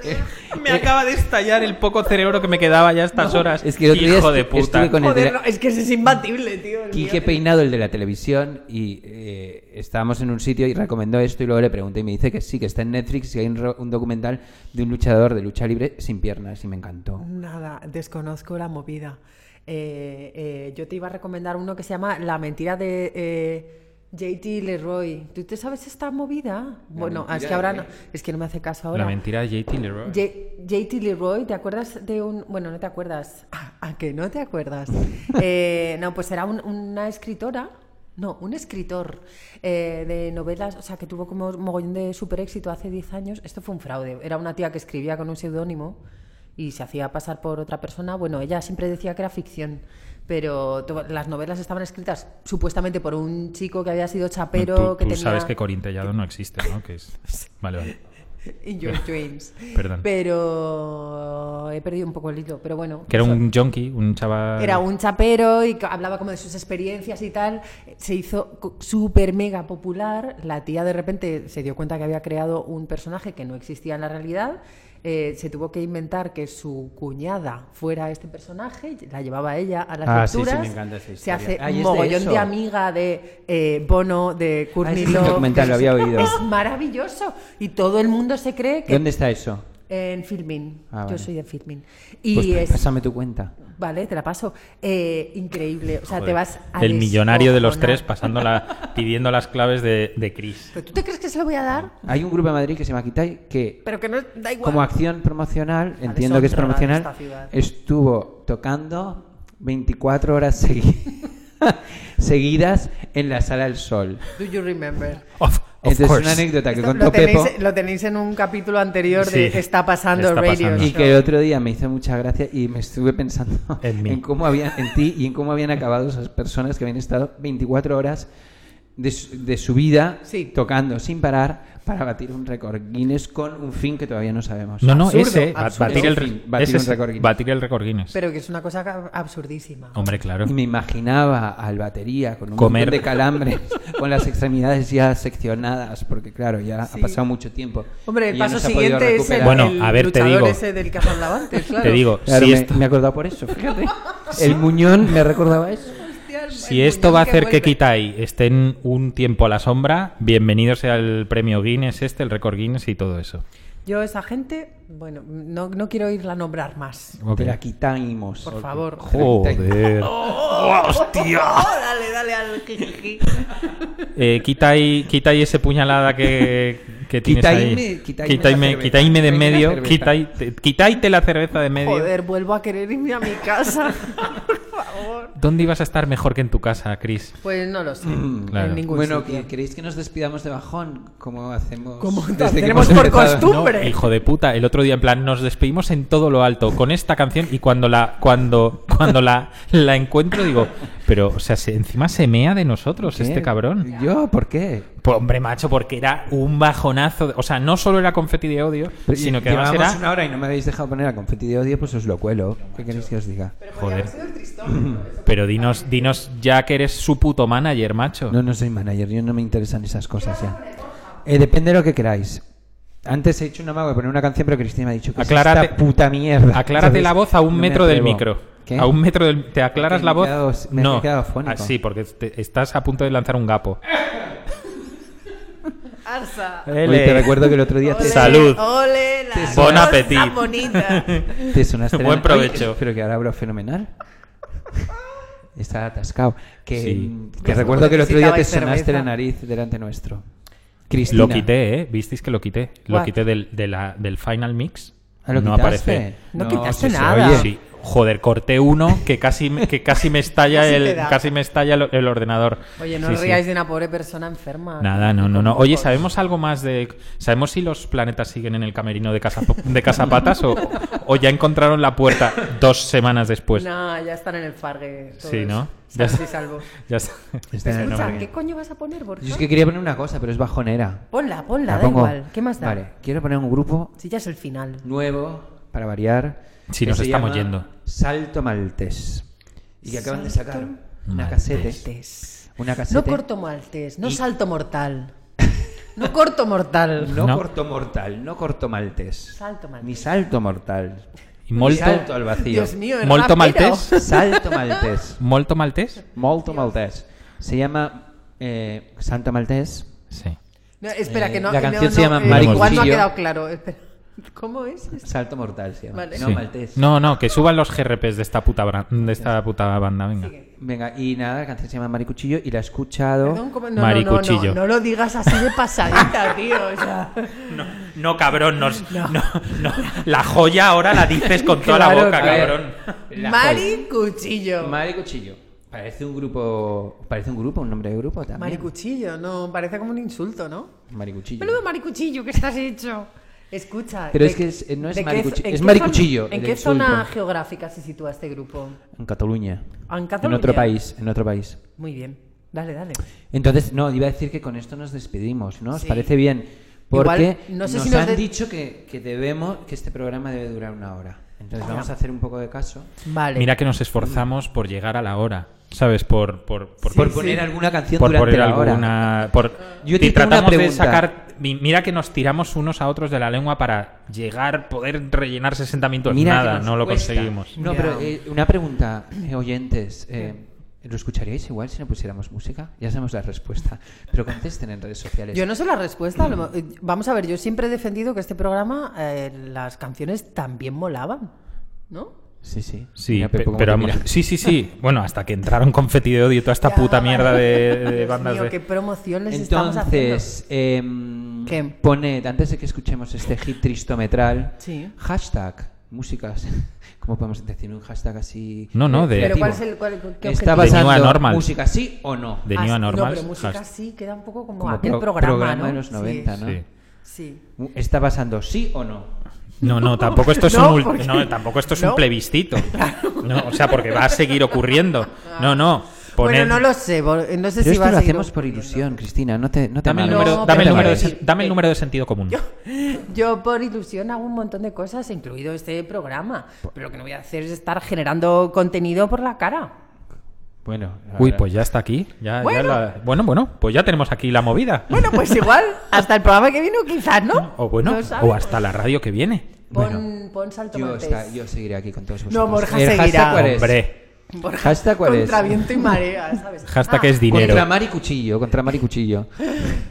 Speaker 4: Eh,
Speaker 5: Me acaba de estallar el poco cerebro que me quedaba ya a estas horas.
Speaker 4: es que el otro día
Speaker 5: Hijo de
Speaker 4: estu-
Speaker 5: puta.
Speaker 4: estuve con el de
Speaker 6: Joder,
Speaker 4: la-
Speaker 6: no, es que ese es imbatible, tío. el
Speaker 4: Quique
Speaker 6: mío.
Speaker 4: Peinado, el de la televisión, y eh, estábamos en un sitio y recomendó esto y luego le pregunté y me dice que sí, que está en Netflix y hay un, ro- un documental de un luchador de lucha libre sin piernas y me encantó.
Speaker 6: Mm. Nada, desconozco la movida. Eh, eh, yo te iba a recomendar uno que se llama La mentira de eh, JT Leroy. ¿Tú te sabes esta movida? Bueno, es que ahora no, es que no me hace caso ahora.
Speaker 5: La mentira de JT Leroy.
Speaker 6: J- JT Leroy, ¿te acuerdas de un... Bueno, no te acuerdas. Ah, ¿A que no te acuerdas? Eh, no, pues era un- una escritora, no, un escritor eh, de novelas, o sea, que tuvo como mogollón de super éxito hace 10 años. Esto fue un fraude. Era una tía que escribía con un seudónimo y se hacía pasar por otra persona. Bueno, ella siempre decía que era ficción. Pero to- las novelas estaban escritas supuestamente por un chico que había sido chapero,
Speaker 5: tú
Speaker 6: que
Speaker 5: tú
Speaker 6: tenía...
Speaker 5: sabes que Corintellado no existe, ¿no? Que es... Vale, vale.
Speaker 6: In your dreams.
Speaker 5: Perdón.
Speaker 6: Pero eh, he perdido un poco el hilo, pero bueno.
Speaker 5: Que era
Speaker 6: eso-
Speaker 5: un junkie, un chaval.
Speaker 6: era un chapero y ca- hablaba como de sus experiencias y tal. Se hizo co- súper mega popular. La tía de repente se dio cuenta que había creado un personaje que no existía en la realidad. Eh, se tuvo que inventar que su cuñada fuera este personaje, la llevaba ella a las
Speaker 4: Ah, sí, sí,
Speaker 6: lecturas.
Speaker 4: me encanta esa
Speaker 6: se
Speaker 4: historia.
Speaker 6: hace
Speaker 4: Ay, es
Speaker 6: un
Speaker 4: de
Speaker 6: mogollón
Speaker 4: eso.
Speaker 6: de amiga de eh, Bono, de Courtney
Speaker 4: ese es un
Speaker 6: Love.
Speaker 4: documental, lo había oído.
Speaker 6: Es maravilloso. Y todo el mundo se cree que
Speaker 4: ¿Dónde está eso?
Speaker 6: en Filmin.
Speaker 4: Ah,
Speaker 6: Yo
Speaker 4: vale.
Speaker 6: soy de Filmin. Y
Speaker 4: Pues
Speaker 6: es.
Speaker 4: pásame tu cuenta.
Speaker 6: Vale, te la paso. Eh, increíble. O sea, te
Speaker 5: Joder.
Speaker 6: vas a.
Speaker 5: El millonario de los tres
Speaker 6: descojonar.
Speaker 5: pasándola, pidiendo las claves de, de Chris.
Speaker 6: ¿Pero ¿Tú te crees que se lo voy a dar?
Speaker 4: Hay un grupo de Madrid que se llama Kitai que
Speaker 6: Pero que no da igual.
Speaker 4: como acción promocional, entiendo que es
Speaker 6: deshonra de
Speaker 4: promocional,
Speaker 6: esta ciudad.
Speaker 4: estuvo tocando 24 horas segui- seguidas en la Sala del Sol.
Speaker 6: Do you remember?
Speaker 5: Of, of
Speaker 4: Entonces,
Speaker 5: course.
Speaker 4: una anécdota que
Speaker 6: Esto
Speaker 4: contó
Speaker 6: lo, tenéis,
Speaker 4: Pepo.
Speaker 6: lo tenéis en un capítulo anterior de
Speaker 5: Sí.
Speaker 6: Está pasando
Speaker 5: Está
Speaker 6: Radio
Speaker 5: pasando.
Speaker 4: Y
Speaker 6: Show.
Speaker 4: que el otro día me hizo mucha gracia y me estuve pensando
Speaker 5: En
Speaker 4: en,
Speaker 5: mí.
Speaker 4: cómo habían, en ti y en cómo habían acabado esas personas que habían estado 24 horas de su, de su vida
Speaker 6: Sí.
Speaker 4: tocando sin parar para batir un récord Guinness con un fin que todavía no sabemos.
Speaker 5: No, no,
Speaker 6: Absurdo,
Speaker 5: ese. ba-
Speaker 6: absurdo.
Speaker 5: Batir el, re-
Speaker 4: Fin, batir
Speaker 5: ese
Speaker 4: un
Speaker 5: es-
Speaker 4: récord Guinness.
Speaker 5: batir el récord Guinness.
Speaker 6: Pero que es una cosa ca- absurdísima.
Speaker 5: Hombre, claro.
Speaker 4: Y me imaginaba al batería con un
Speaker 5: Comer.
Speaker 4: montón de calambres, con las extremidades ya seccionadas, porque claro, ya ha pasado mucho tiempo.
Speaker 6: Hombre, el
Speaker 4: y ya no
Speaker 6: paso
Speaker 4: se ha podido
Speaker 6: siguiente es el,
Speaker 4: recuperar.
Speaker 5: Bueno,
Speaker 6: el
Speaker 5: a ver, te
Speaker 6: luchador
Speaker 5: digo.
Speaker 6: ese del que has hablado antes, claro.
Speaker 5: Te digo,
Speaker 4: Claro,
Speaker 5: si
Speaker 4: me,
Speaker 5: esto,
Speaker 4: me he acordado por eso, fíjate. El muñón me recordaba eso.
Speaker 6: Hostia, el-
Speaker 5: si
Speaker 6: el
Speaker 5: esto va a
Speaker 6: muñón
Speaker 5: hacer que
Speaker 6: vuelve.
Speaker 5: Kitai estén un tiempo a la sombra, bienvenidos al premio Guinness este, el récord Guinness y todo eso.
Speaker 6: Yo, esa gente, bueno, no, no quiero irla a nombrar más.
Speaker 5: Ok.
Speaker 4: Te la quitamos.
Speaker 6: Por favor.
Speaker 5: Joder.
Speaker 6: Oh, dale, dale al jijiji.
Speaker 5: Eh, Kitai, Kitai ese puñalada que, que tienes
Speaker 4: Quitaime-
Speaker 5: ahí.
Speaker 4: quitaime la
Speaker 5: Quitaime,
Speaker 4: cerveza.
Speaker 5: quitaime de
Speaker 4: Quitaime
Speaker 5: en
Speaker 4: la
Speaker 5: medio.
Speaker 4: cerveza.
Speaker 5: Kitai, te- quitaite la cerveza de en medio.
Speaker 6: Joder, vuelvo a querer irme a mi casa.
Speaker 5: ¿Dónde ibas a estar mejor que en tu casa, Chris?
Speaker 6: Pues no lo sé.
Speaker 5: claro.
Speaker 6: En ningún
Speaker 4: Bueno,
Speaker 6: sitio.
Speaker 4: ¿que- ¿queréis que nos despidamos de bajón? Como hacemos
Speaker 6: Como
Speaker 4: desde que
Speaker 6: tenemos
Speaker 4: hemos
Speaker 6: por
Speaker 4: empezado?
Speaker 6: costumbre. ¡Hombre!
Speaker 5: No, hijo de puta, el otro día en plan nos despedimos en todo lo alto con esta canción y cuando la cuando cuando la, la encuentro digo, pero o sea, se- encima se mea de nosotros
Speaker 4: ¿Qué?
Speaker 5: este cabrón.
Speaker 4: ¿Yo? ¿Por qué?
Speaker 5: Pues, hombre, macho, porque era un bajonazo. de- O sea, no solo era confeti de odio, sino que además
Speaker 4: llevamos
Speaker 5: era.
Speaker 4: una hora y no me habéis dejado poner a confeti de odio, pues os lo cuelo. ¿Qué queréis que os diga?
Speaker 5: Joder. Pero dinos, dinos ya que eres su puto manager, macho.
Speaker 4: No, no soy manager, yo no me interesan esas cosas ya. Eh, depende de lo que queráis. Antes he hecho una mago de poner una canción, pero Cristina me ha dicho que
Speaker 5: Aclárate-
Speaker 4: es esta puta mierda.
Speaker 5: Aclárate
Speaker 4: ¿sabes?
Speaker 5: la voz a un
Speaker 4: No me
Speaker 5: metro del
Speaker 4: atrevo.
Speaker 5: micro.
Speaker 4: ¿Qué?
Speaker 5: A un metro del. ¿Te aclaras
Speaker 4: Porque
Speaker 5: la
Speaker 4: me he
Speaker 5: voz?
Speaker 4: quedado- me he
Speaker 5: no.
Speaker 4: quedado afónico.
Speaker 5: Ah, sí, porque te- estás a punto de lanzar un gapo.
Speaker 10: Arsa.
Speaker 4: Oye, te recuerdo que el otro día te,
Speaker 10: Ole,
Speaker 5: Salud.
Speaker 10: Ole, la
Speaker 5: Bon
Speaker 10: cosa
Speaker 5: appetit.
Speaker 10: bonita.
Speaker 4: te sonaste la-
Speaker 5: Buen provecho.
Speaker 4: Uy, pero que ahora hablo fenomenal. Está atascado. Que,
Speaker 5: Sí.
Speaker 4: mm,
Speaker 6: Pues
Speaker 4: Te recuerdo que el otro día te
Speaker 10: Necesitabais
Speaker 4: sonaste
Speaker 10: cerveza.
Speaker 4: la nariz delante nuestro. Cristina.
Speaker 5: Lo quité, ¿eh? ¿Visteis que lo quité? Lo
Speaker 4: What?
Speaker 5: quité del, de la- del final mix.
Speaker 4: Ah, ¿lo
Speaker 5: no
Speaker 4: quitaste?
Speaker 5: aparece.
Speaker 6: No
Speaker 4: sí
Speaker 6: quitaste
Speaker 4: se
Speaker 6: nada.
Speaker 4: oye.
Speaker 5: Sí. Joder, corté uno que casi me, que casi me estalla
Speaker 10: Casi te
Speaker 5: el
Speaker 10: da.
Speaker 5: casi me estalla el, el ordenador.
Speaker 6: Oye, no
Speaker 5: Sí,
Speaker 6: os
Speaker 5: sí.
Speaker 6: ríais de una pobre persona enferma.
Speaker 5: Nada, no, no, no. Oye, ¿sabemos algo más de sabemos si los planetas siguen en el camerino de casa de Casapatas o, o ya encontraron la puerta dos semanas
Speaker 4: pues-
Speaker 5: después?
Speaker 6: Nah, ya están en el fargue. todos.
Speaker 5: Sí, ¿no? Ya
Speaker 6: Sanos
Speaker 5: está.
Speaker 6: y salvos.
Speaker 5: Ya está.
Speaker 4: Está en el
Speaker 10: Escucha,
Speaker 4: nombre.
Speaker 10: ¿qué coño vas a poner, Borja?
Speaker 4: Yo es que quería poner una cosa, pero es bajonera.
Speaker 6: Ponla, ponla,
Speaker 4: La
Speaker 6: da
Speaker 4: pongo.
Speaker 6: igual. ¿Qué más da?
Speaker 4: Vale, quiero poner un grupo
Speaker 6: Si ya es el final.
Speaker 4: nuevo, para variar.
Speaker 5: Sí,
Speaker 4: que
Speaker 5: nos
Speaker 4: se
Speaker 5: estamos
Speaker 4: llama
Speaker 5: yendo.
Speaker 4: Salto Maltés. Y que acaban de sacar una casete.
Speaker 6: Maltés.
Speaker 4: Una casete.
Speaker 6: No corto maltés, no salto mortal. No corto mortal.
Speaker 4: No,
Speaker 5: No.
Speaker 4: corto mortal, no corto maltés.
Speaker 6: Salto maltés.
Speaker 4: Ni salto mortal.
Speaker 5: Y molto-
Speaker 4: Ni salto al vacío.
Speaker 6: Dios mío, el
Speaker 5: Molto
Speaker 6: rapero.
Speaker 5: maltés.
Speaker 4: Salto maltés.
Speaker 5: Molto maltés.
Speaker 4: Molto maltés. Se llama eh, Salto Maltés.
Speaker 5: Sí.
Speaker 6: No, espera,
Speaker 4: Eh,
Speaker 6: que no.
Speaker 4: la
Speaker 6: no,
Speaker 4: canción
Speaker 6: no,
Speaker 4: se llama
Speaker 6: eh,
Speaker 5: Mari
Speaker 6: Igual no ha
Speaker 4: Cuchillo.
Speaker 6: quedado claro. espera. ¿Cómo es?
Speaker 4: Salto mortal se llama.
Speaker 6: Vale.
Speaker 4: No
Speaker 5: Sí.
Speaker 4: maltés.
Speaker 5: No, no, que suban los GRPs de esta puta, bra- de esta puta banda, venga.
Speaker 4: Venga, y nada, la canción se llama Maricuchillo y la he escuchado.
Speaker 6: Perdón, ¿cómo? No,
Speaker 5: Mari
Speaker 6: no, no, no,
Speaker 5: Cuchillo.
Speaker 6: no lo digas así de pasadita, tío. O sea,
Speaker 5: No, no, cabrón, nos- no, no. la joya ahora la dices con toda la
Speaker 4: Claro,
Speaker 5: boca,
Speaker 4: a ver.
Speaker 5: cabrón.
Speaker 4: La
Speaker 6: Mari Cuchillo.
Speaker 4: joya. Mari Cuchillo. Parece un grupo. Parece un grupo, un nombre de grupo también.
Speaker 6: Mari Cuchillo, no, parece como un insulto, ¿no?
Speaker 4: Maricuchillo.
Speaker 6: Menudo Mari Cuchillo que estás hecho. Escucha.
Speaker 4: Pero
Speaker 6: ¿de
Speaker 4: es que es- eh, no es
Speaker 6: de qué
Speaker 4: Mari
Speaker 6: zo-
Speaker 4: Cuchillo,
Speaker 6: en
Speaker 4: es
Speaker 6: qué
Speaker 4: Mari
Speaker 6: zona-
Speaker 4: Cuchillo,
Speaker 6: ¿En
Speaker 4: el
Speaker 6: qué zona
Speaker 4: insulto.
Speaker 6: geográfica se sitúa este grupo?
Speaker 4: En Cataluña.
Speaker 6: Ah, en Cataluña.
Speaker 4: otro país, en otro país.
Speaker 6: Muy bien. Dale, dale.
Speaker 4: Entonces, no, iba a decir que con esto nos despedimos, ¿no? ¿Os
Speaker 6: Sí.
Speaker 4: parece bien? Porque
Speaker 6: Igual, no sé
Speaker 4: nos,
Speaker 6: si nos
Speaker 4: han
Speaker 6: de-
Speaker 4: dicho que, que debemos, que este programa debe durar una hora. Entonces vamos a hacer un poco de caso.
Speaker 6: Vale.
Speaker 5: Mira que nos esforzamos por llegar a la hora, ¿sabes? Por, por, por,
Speaker 4: por poner alguna canción
Speaker 5: por
Speaker 4: durante
Speaker 5: poner
Speaker 4: la hora.
Speaker 5: alguna... Por,
Speaker 4: Yo
Speaker 5: y
Speaker 4: te tengo una
Speaker 5: tratamos de
Speaker 4: pregunta.
Speaker 5: sacar... mi- Mira que nos tiramos unos a otros de la lengua para llegar, poder rellenar 60 minutos.
Speaker 4: Mira que
Speaker 5: Nada,
Speaker 4: nos
Speaker 5: no lo
Speaker 4: cuesta.
Speaker 5: conseguimos.
Speaker 4: No,
Speaker 6: Ya.
Speaker 4: pero eh, una pregunta, eh, oyentes. eh, ¿Lo escucharíais igual si no pusiéramos música? Ya sabemos la respuesta. Pero contesten en redes sociales.
Speaker 6: Yo no sé la respuesta. a lo mo- eh, Vamos a ver, yo siempre he defendido que este programa eh, las canciones también molaban, ¿no?
Speaker 4: Sí, sí.
Speaker 5: Sí,
Speaker 4: Mira, Pepe,
Speaker 5: pe-
Speaker 4: cómo te
Speaker 5: pero vamos-
Speaker 4: mira.
Speaker 5: sí, sí, sí. Bueno, hasta que entraron confeti de odio y toda esta puta mierda de, de
Speaker 6: Dios
Speaker 5: bandas
Speaker 6: mío,
Speaker 5: de...
Speaker 6: qué promoción les estamos haciendo.
Speaker 4: Entonces, em,
Speaker 6: ¿Qué?
Speaker 4: poned, antes de que escuchemos este hit tristometral,
Speaker 6: Sí.
Speaker 4: hashtag músicas. ¿Cómo podemos decir un hashtag así?
Speaker 5: No, no,
Speaker 4: eh,
Speaker 5: de-
Speaker 6: Pero
Speaker 4: creativo?
Speaker 6: ¿cuál es el cuál, qué
Speaker 4: ¿Está
Speaker 6: objetivo?
Speaker 5: De New
Speaker 4: basando
Speaker 5: Anormal.
Speaker 4: música sí o no?
Speaker 5: De
Speaker 6: Ah,
Speaker 5: New
Speaker 6: sí,
Speaker 5: Anormal.
Speaker 6: No, pero música
Speaker 5: Has-
Speaker 6: sí queda un poco como,
Speaker 4: Como
Speaker 6: aquel
Speaker 4: pro-
Speaker 6: programa, ¿no?
Speaker 4: de los 90,
Speaker 6: Sí,
Speaker 4: ¿no?
Speaker 5: Sí.
Speaker 6: sí.
Speaker 4: ¿Está basando sí o no?
Speaker 5: No, no, tampoco esto es
Speaker 6: No,
Speaker 5: un ul-
Speaker 6: porque-
Speaker 5: no, tampoco esto es
Speaker 6: No.
Speaker 5: un plebiscito. No, o sea, porque va a seguir ocurriendo. No, no. Poner...
Speaker 6: Bueno, no lo sé, bo- no sé
Speaker 4: Pero
Speaker 6: si va
Speaker 4: esto
Speaker 6: a
Speaker 4: lo
Speaker 6: seguir-
Speaker 4: hacemos por ilusión, Cristina. No te, no te
Speaker 5: Dame el
Speaker 4: amargues.
Speaker 5: número,
Speaker 6: No,
Speaker 5: dame el
Speaker 6: pero
Speaker 5: número de,
Speaker 6: quiero
Speaker 5: sen-
Speaker 6: decir
Speaker 5: dame el
Speaker 6: que-
Speaker 5: número de sentido común.
Speaker 6: Yo por ilusión hago un montón de cosas, incluido este programa, pero lo que no voy a hacer es estar generando contenido por la cara.
Speaker 4: Bueno,
Speaker 5: Uy,
Speaker 4: ahora-
Speaker 5: pues ya está aquí. Ya, ya
Speaker 6: Bueno.
Speaker 5: la- bueno, bueno, pues ya tenemos aquí la movida.
Speaker 6: Bueno, pues igual, hasta el programa que vino quizás, ¿no?
Speaker 5: O bueno,
Speaker 6: No
Speaker 5: o
Speaker 6: sabemos.
Speaker 5: hasta la radio que viene.
Speaker 6: Pon,
Speaker 4: Bueno,
Speaker 6: pon salto
Speaker 4: yo,
Speaker 6: Maltés.
Speaker 4: está- yo seguiré aquí con todos
Speaker 6: No,
Speaker 4: vosotros.
Speaker 6: Borja
Speaker 4: ¿El hashtag
Speaker 6: seguirá.
Speaker 4: cuál es?
Speaker 5: Hombre,
Speaker 6: Borja,
Speaker 4: ¿Hashtag cuál es?
Speaker 6: Contra viento y marea, ¿sabes?
Speaker 5: hashtag
Speaker 6: Ah,
Speaker 5: es dinero.
Speaker 4: Contra Mari Cuchillo, contra Mari Cuchillo.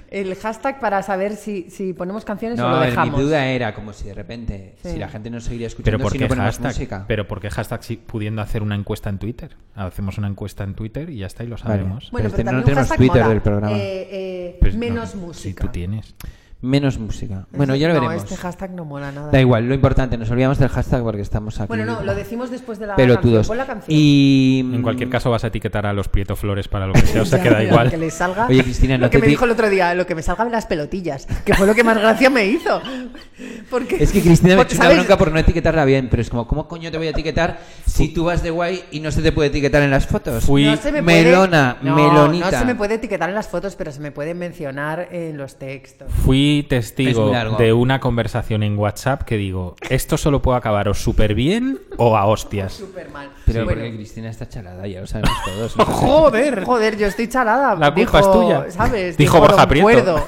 Speaker 6: El hashtag para saber si, si ponemos canciones o
Speaker 4: No,
Speaker 6: lo
Speaker 4: a ver, mi
Speaker 6: dejamos.
Speaker 4: duda era como si de repente,
Speaker 6: Sí.
Speaker 4: si la gente no seguiría escuchando
Speaker 5: Pero ¿por
Speaker 4: si
Speaker 5: qué
Speaker 4: no ponemos
Speaker 5: hashtag?
Speaker 4: música.
Speaker 5: Pero ¿por qué hashtag si pudiendo hacer una encuesta en Twitter? Hacemos una encuesta en Twitter y ya está y lo
Speaker 4: Vale.
Speaker 5: sabemos.
Speaker 4: Pero
Speaker 6: Bueno, pero
Speaker 4: este- no
Speaker 6: también un
Speaker 4: tenemos
Speaker 6: hashtag
Speaker 4: Twitter
Speaker 6: mola.
Speaker 4: del programa.
Speaker 6: Eh, eh,
Speaker 5: Pues no,
Speaker 6: menos
Speaker 5: Si
Speaker 6: música.
Speaker 5: tú tienes.
Speaker 4: Menos música. Bueno, ya lo
Speaker 6: no,
Speaker 4: veremos.
Speaker 6: este hashtag no mola nada.
Speaker 4: Da igual, lo importante, nos olvidamos del hashtag porque estamos aquí.
Speaker 6: Bueno, no, lo decimos después de la
Speaker 4: Pelotudos.
Speaker 6: canción. Pon la canción.
Speaker 4: Y... mm,
Speaker 5: En cualquier caso vas a etiquetar a los Prieto Flores para lo que sea, o sea,
Speaker 6: Mm. Ya,
Speaker 5: queda
Speaker 6: pero
Speaker 5: igual.
Speaker 6: Que le salga.
Speaker 4: Oye, Cristina, no
Speaker 6: lo que
Speaker 4: te
Speaker 6: me
Speaker 4: di-
Speaker 6: dijo el otro día, lo que me salga de las pelotillas, que fue lo que más gracia me hizo.
Speaker 10: Porque-
Speaker 4: Es que Cristina me
Speaker 10: porque,
Speaker 4: echa una
Speaker 10: ¿sabes?
Speaker 4: bronca por no etiquetarla bien, pero es como, ¿cómo coño te voy a etiquetar si tú vas de guay y no se te puede etiquetar en las fotos?
Speaker 5: Fui-
Speaker 10: No se me puede-
Speaker 4: melona,
Speaker 6: No,
Speaker 4: melonita.
Speaker 6: No se me puede etiquetar en las fotos, pero se me puede mencionar en los textos.
Speaker 5: Fui
Speaker 4: Es muy
Speaker 5: testigo
Speaker 4: largo.
Speaker 5: de una conversación en WhatsApp que digo, esto solo puede acabar o súper bien o a hostias.
Speaker 6: Súper mal.
Speaker 4: Pero
Speaker 6: Bueno,
Speaker 4: porque Cristina está chalada, ya lo sabemos todos. ¿no?
Speaker 5: ¡Joder!
Speaker 6: Joder, yo estoy chalada.
Speaker 5: La
Speaker 6: Dijo-
Speaker 5: culpa es tuya.
Speaker 6: ¿Sabes?
Speaker 5: Dijo Borja
Speaker 6: Don
Speaker 5: Prieto.
Speaker 6: Cuerdo.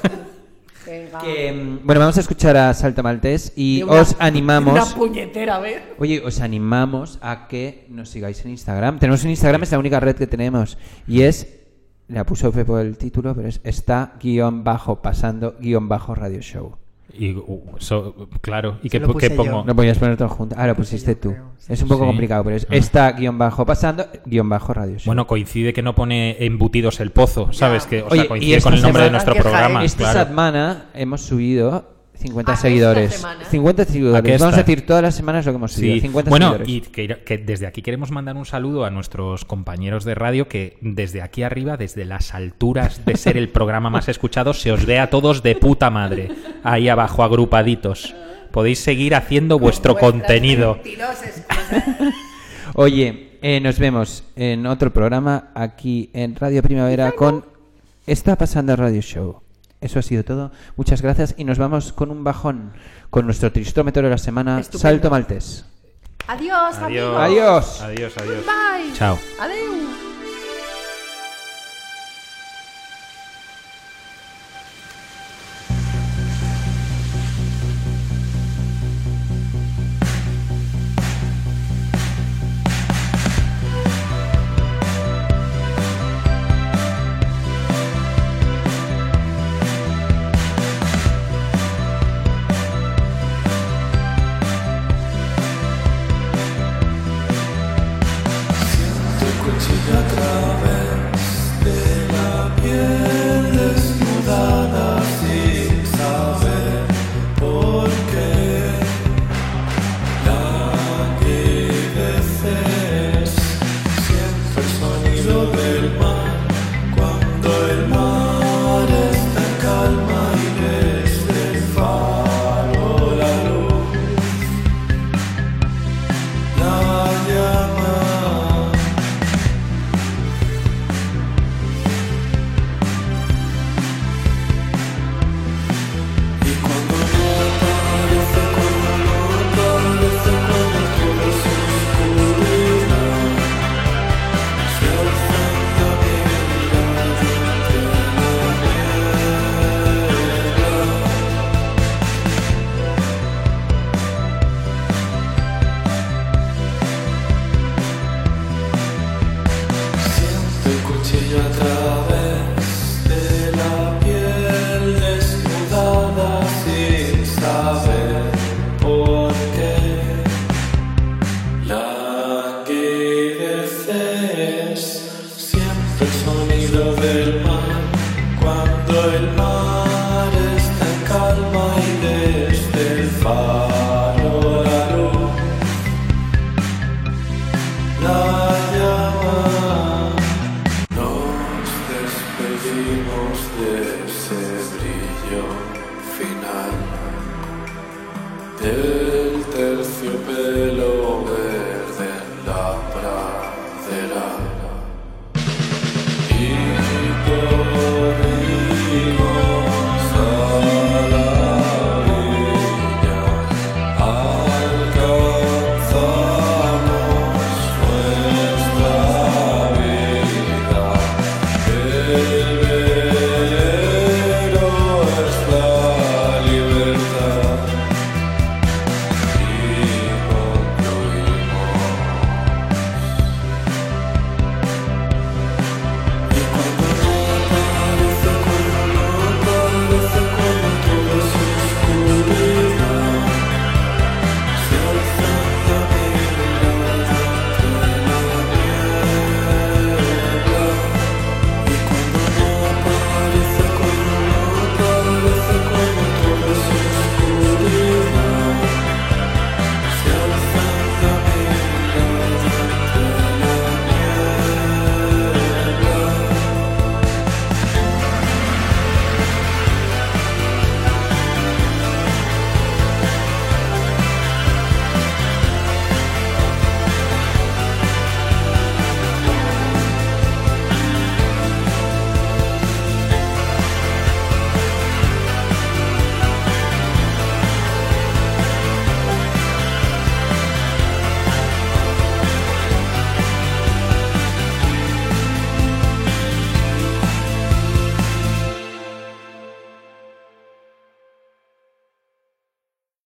Speaker 6: Venga.
Speaker 4: Que, mm, bueno, vamos a escuchar a Salto Maltés y
Speaker 6: De una-
Speaker 4: os
Speaker 6: Una
Speaker 4: animamos.
Speaker 6: puñetera, a ver.
Speaker 4: Oye, os animamos a que nos sigáis en Instagram. Tenemos en Instagram, es la única red que tenemos. Y es, la puso Pepo el título, pero es está guión bajo pasando guión bajo radio show.
Speaker 5: Y, uh, so- claro, ¿y qué,
Speaker 6: lo
Speaker 5: po- qué
Speaker 6: puse yo.
Speaker 5: pongo?
Speaker 4: No podías poner todo junto. Ah, lo pusiste tú. Es un poco
Speaker 5: Sí.
Speaker 4: complicado, pero es
Speaker 5: Ah.
Speaker 4: está guión bajo pasando guión bajo radio show.
Speaker 5: Bueno, coincide que no pone embutidos el pozo, ¿sabes? Que, o sea,
Speaker 4: Oye, y
Speaker 5: coincide
Speaker 4: esta
Speaker 5: con el nombre de
Speaker 4: semana-
Speaker 5: nuestro
Speaker 6: Queja, ¿eh?
Speaker 5: programa.
Speaker 4: Esta
Speaker 5: claro.
Speaker 4: semana hemos subido 50
Speaker 6: Ah, esta
Speaker 4: seguidores.
Speaker 6: semana.
Speaker 4: 50
Speaker 5: ¿A qué
Speaker 4: seguidores. Vamos a
Speaker 5: esta?
Speaker 4: decir todas las semanas lo que hemos subido.
Speaker 5: Sí.
Speaker 4: 50
Speaker 5: bueno,
Speaker 4: seguidores.
Speaker 5: y que, que desde aquí queremos mandar un saludo a nuestros compañeros de radio que desde aquí arriba, desde las alturas de ser el programa más escuchado, se os ve a todos de puta madre, ahí abajo agrupaditos. Podéis seguir haciendo vuestro contenido.
Speaker 4: Oye, eh, nos vemos en otro programa aquí en Radio Primavera con Está pasando Radio Show. Eso ha sido todo. Muchas gracias y nos vamos con un bajón con nuestro tristómetro de la semana,
Speaker 6: Estupendo.
Speaker 4: Salto Maltés.
Speaker 6: Adiós, amigos.
Speaker 4: Adiós.
Speaker 5: Adiós, adiós.
Speaker 6: Bye.
Speaker 5: Chao.
Speaker 6: Adiós.
Speaker 9: de ese brillo final. De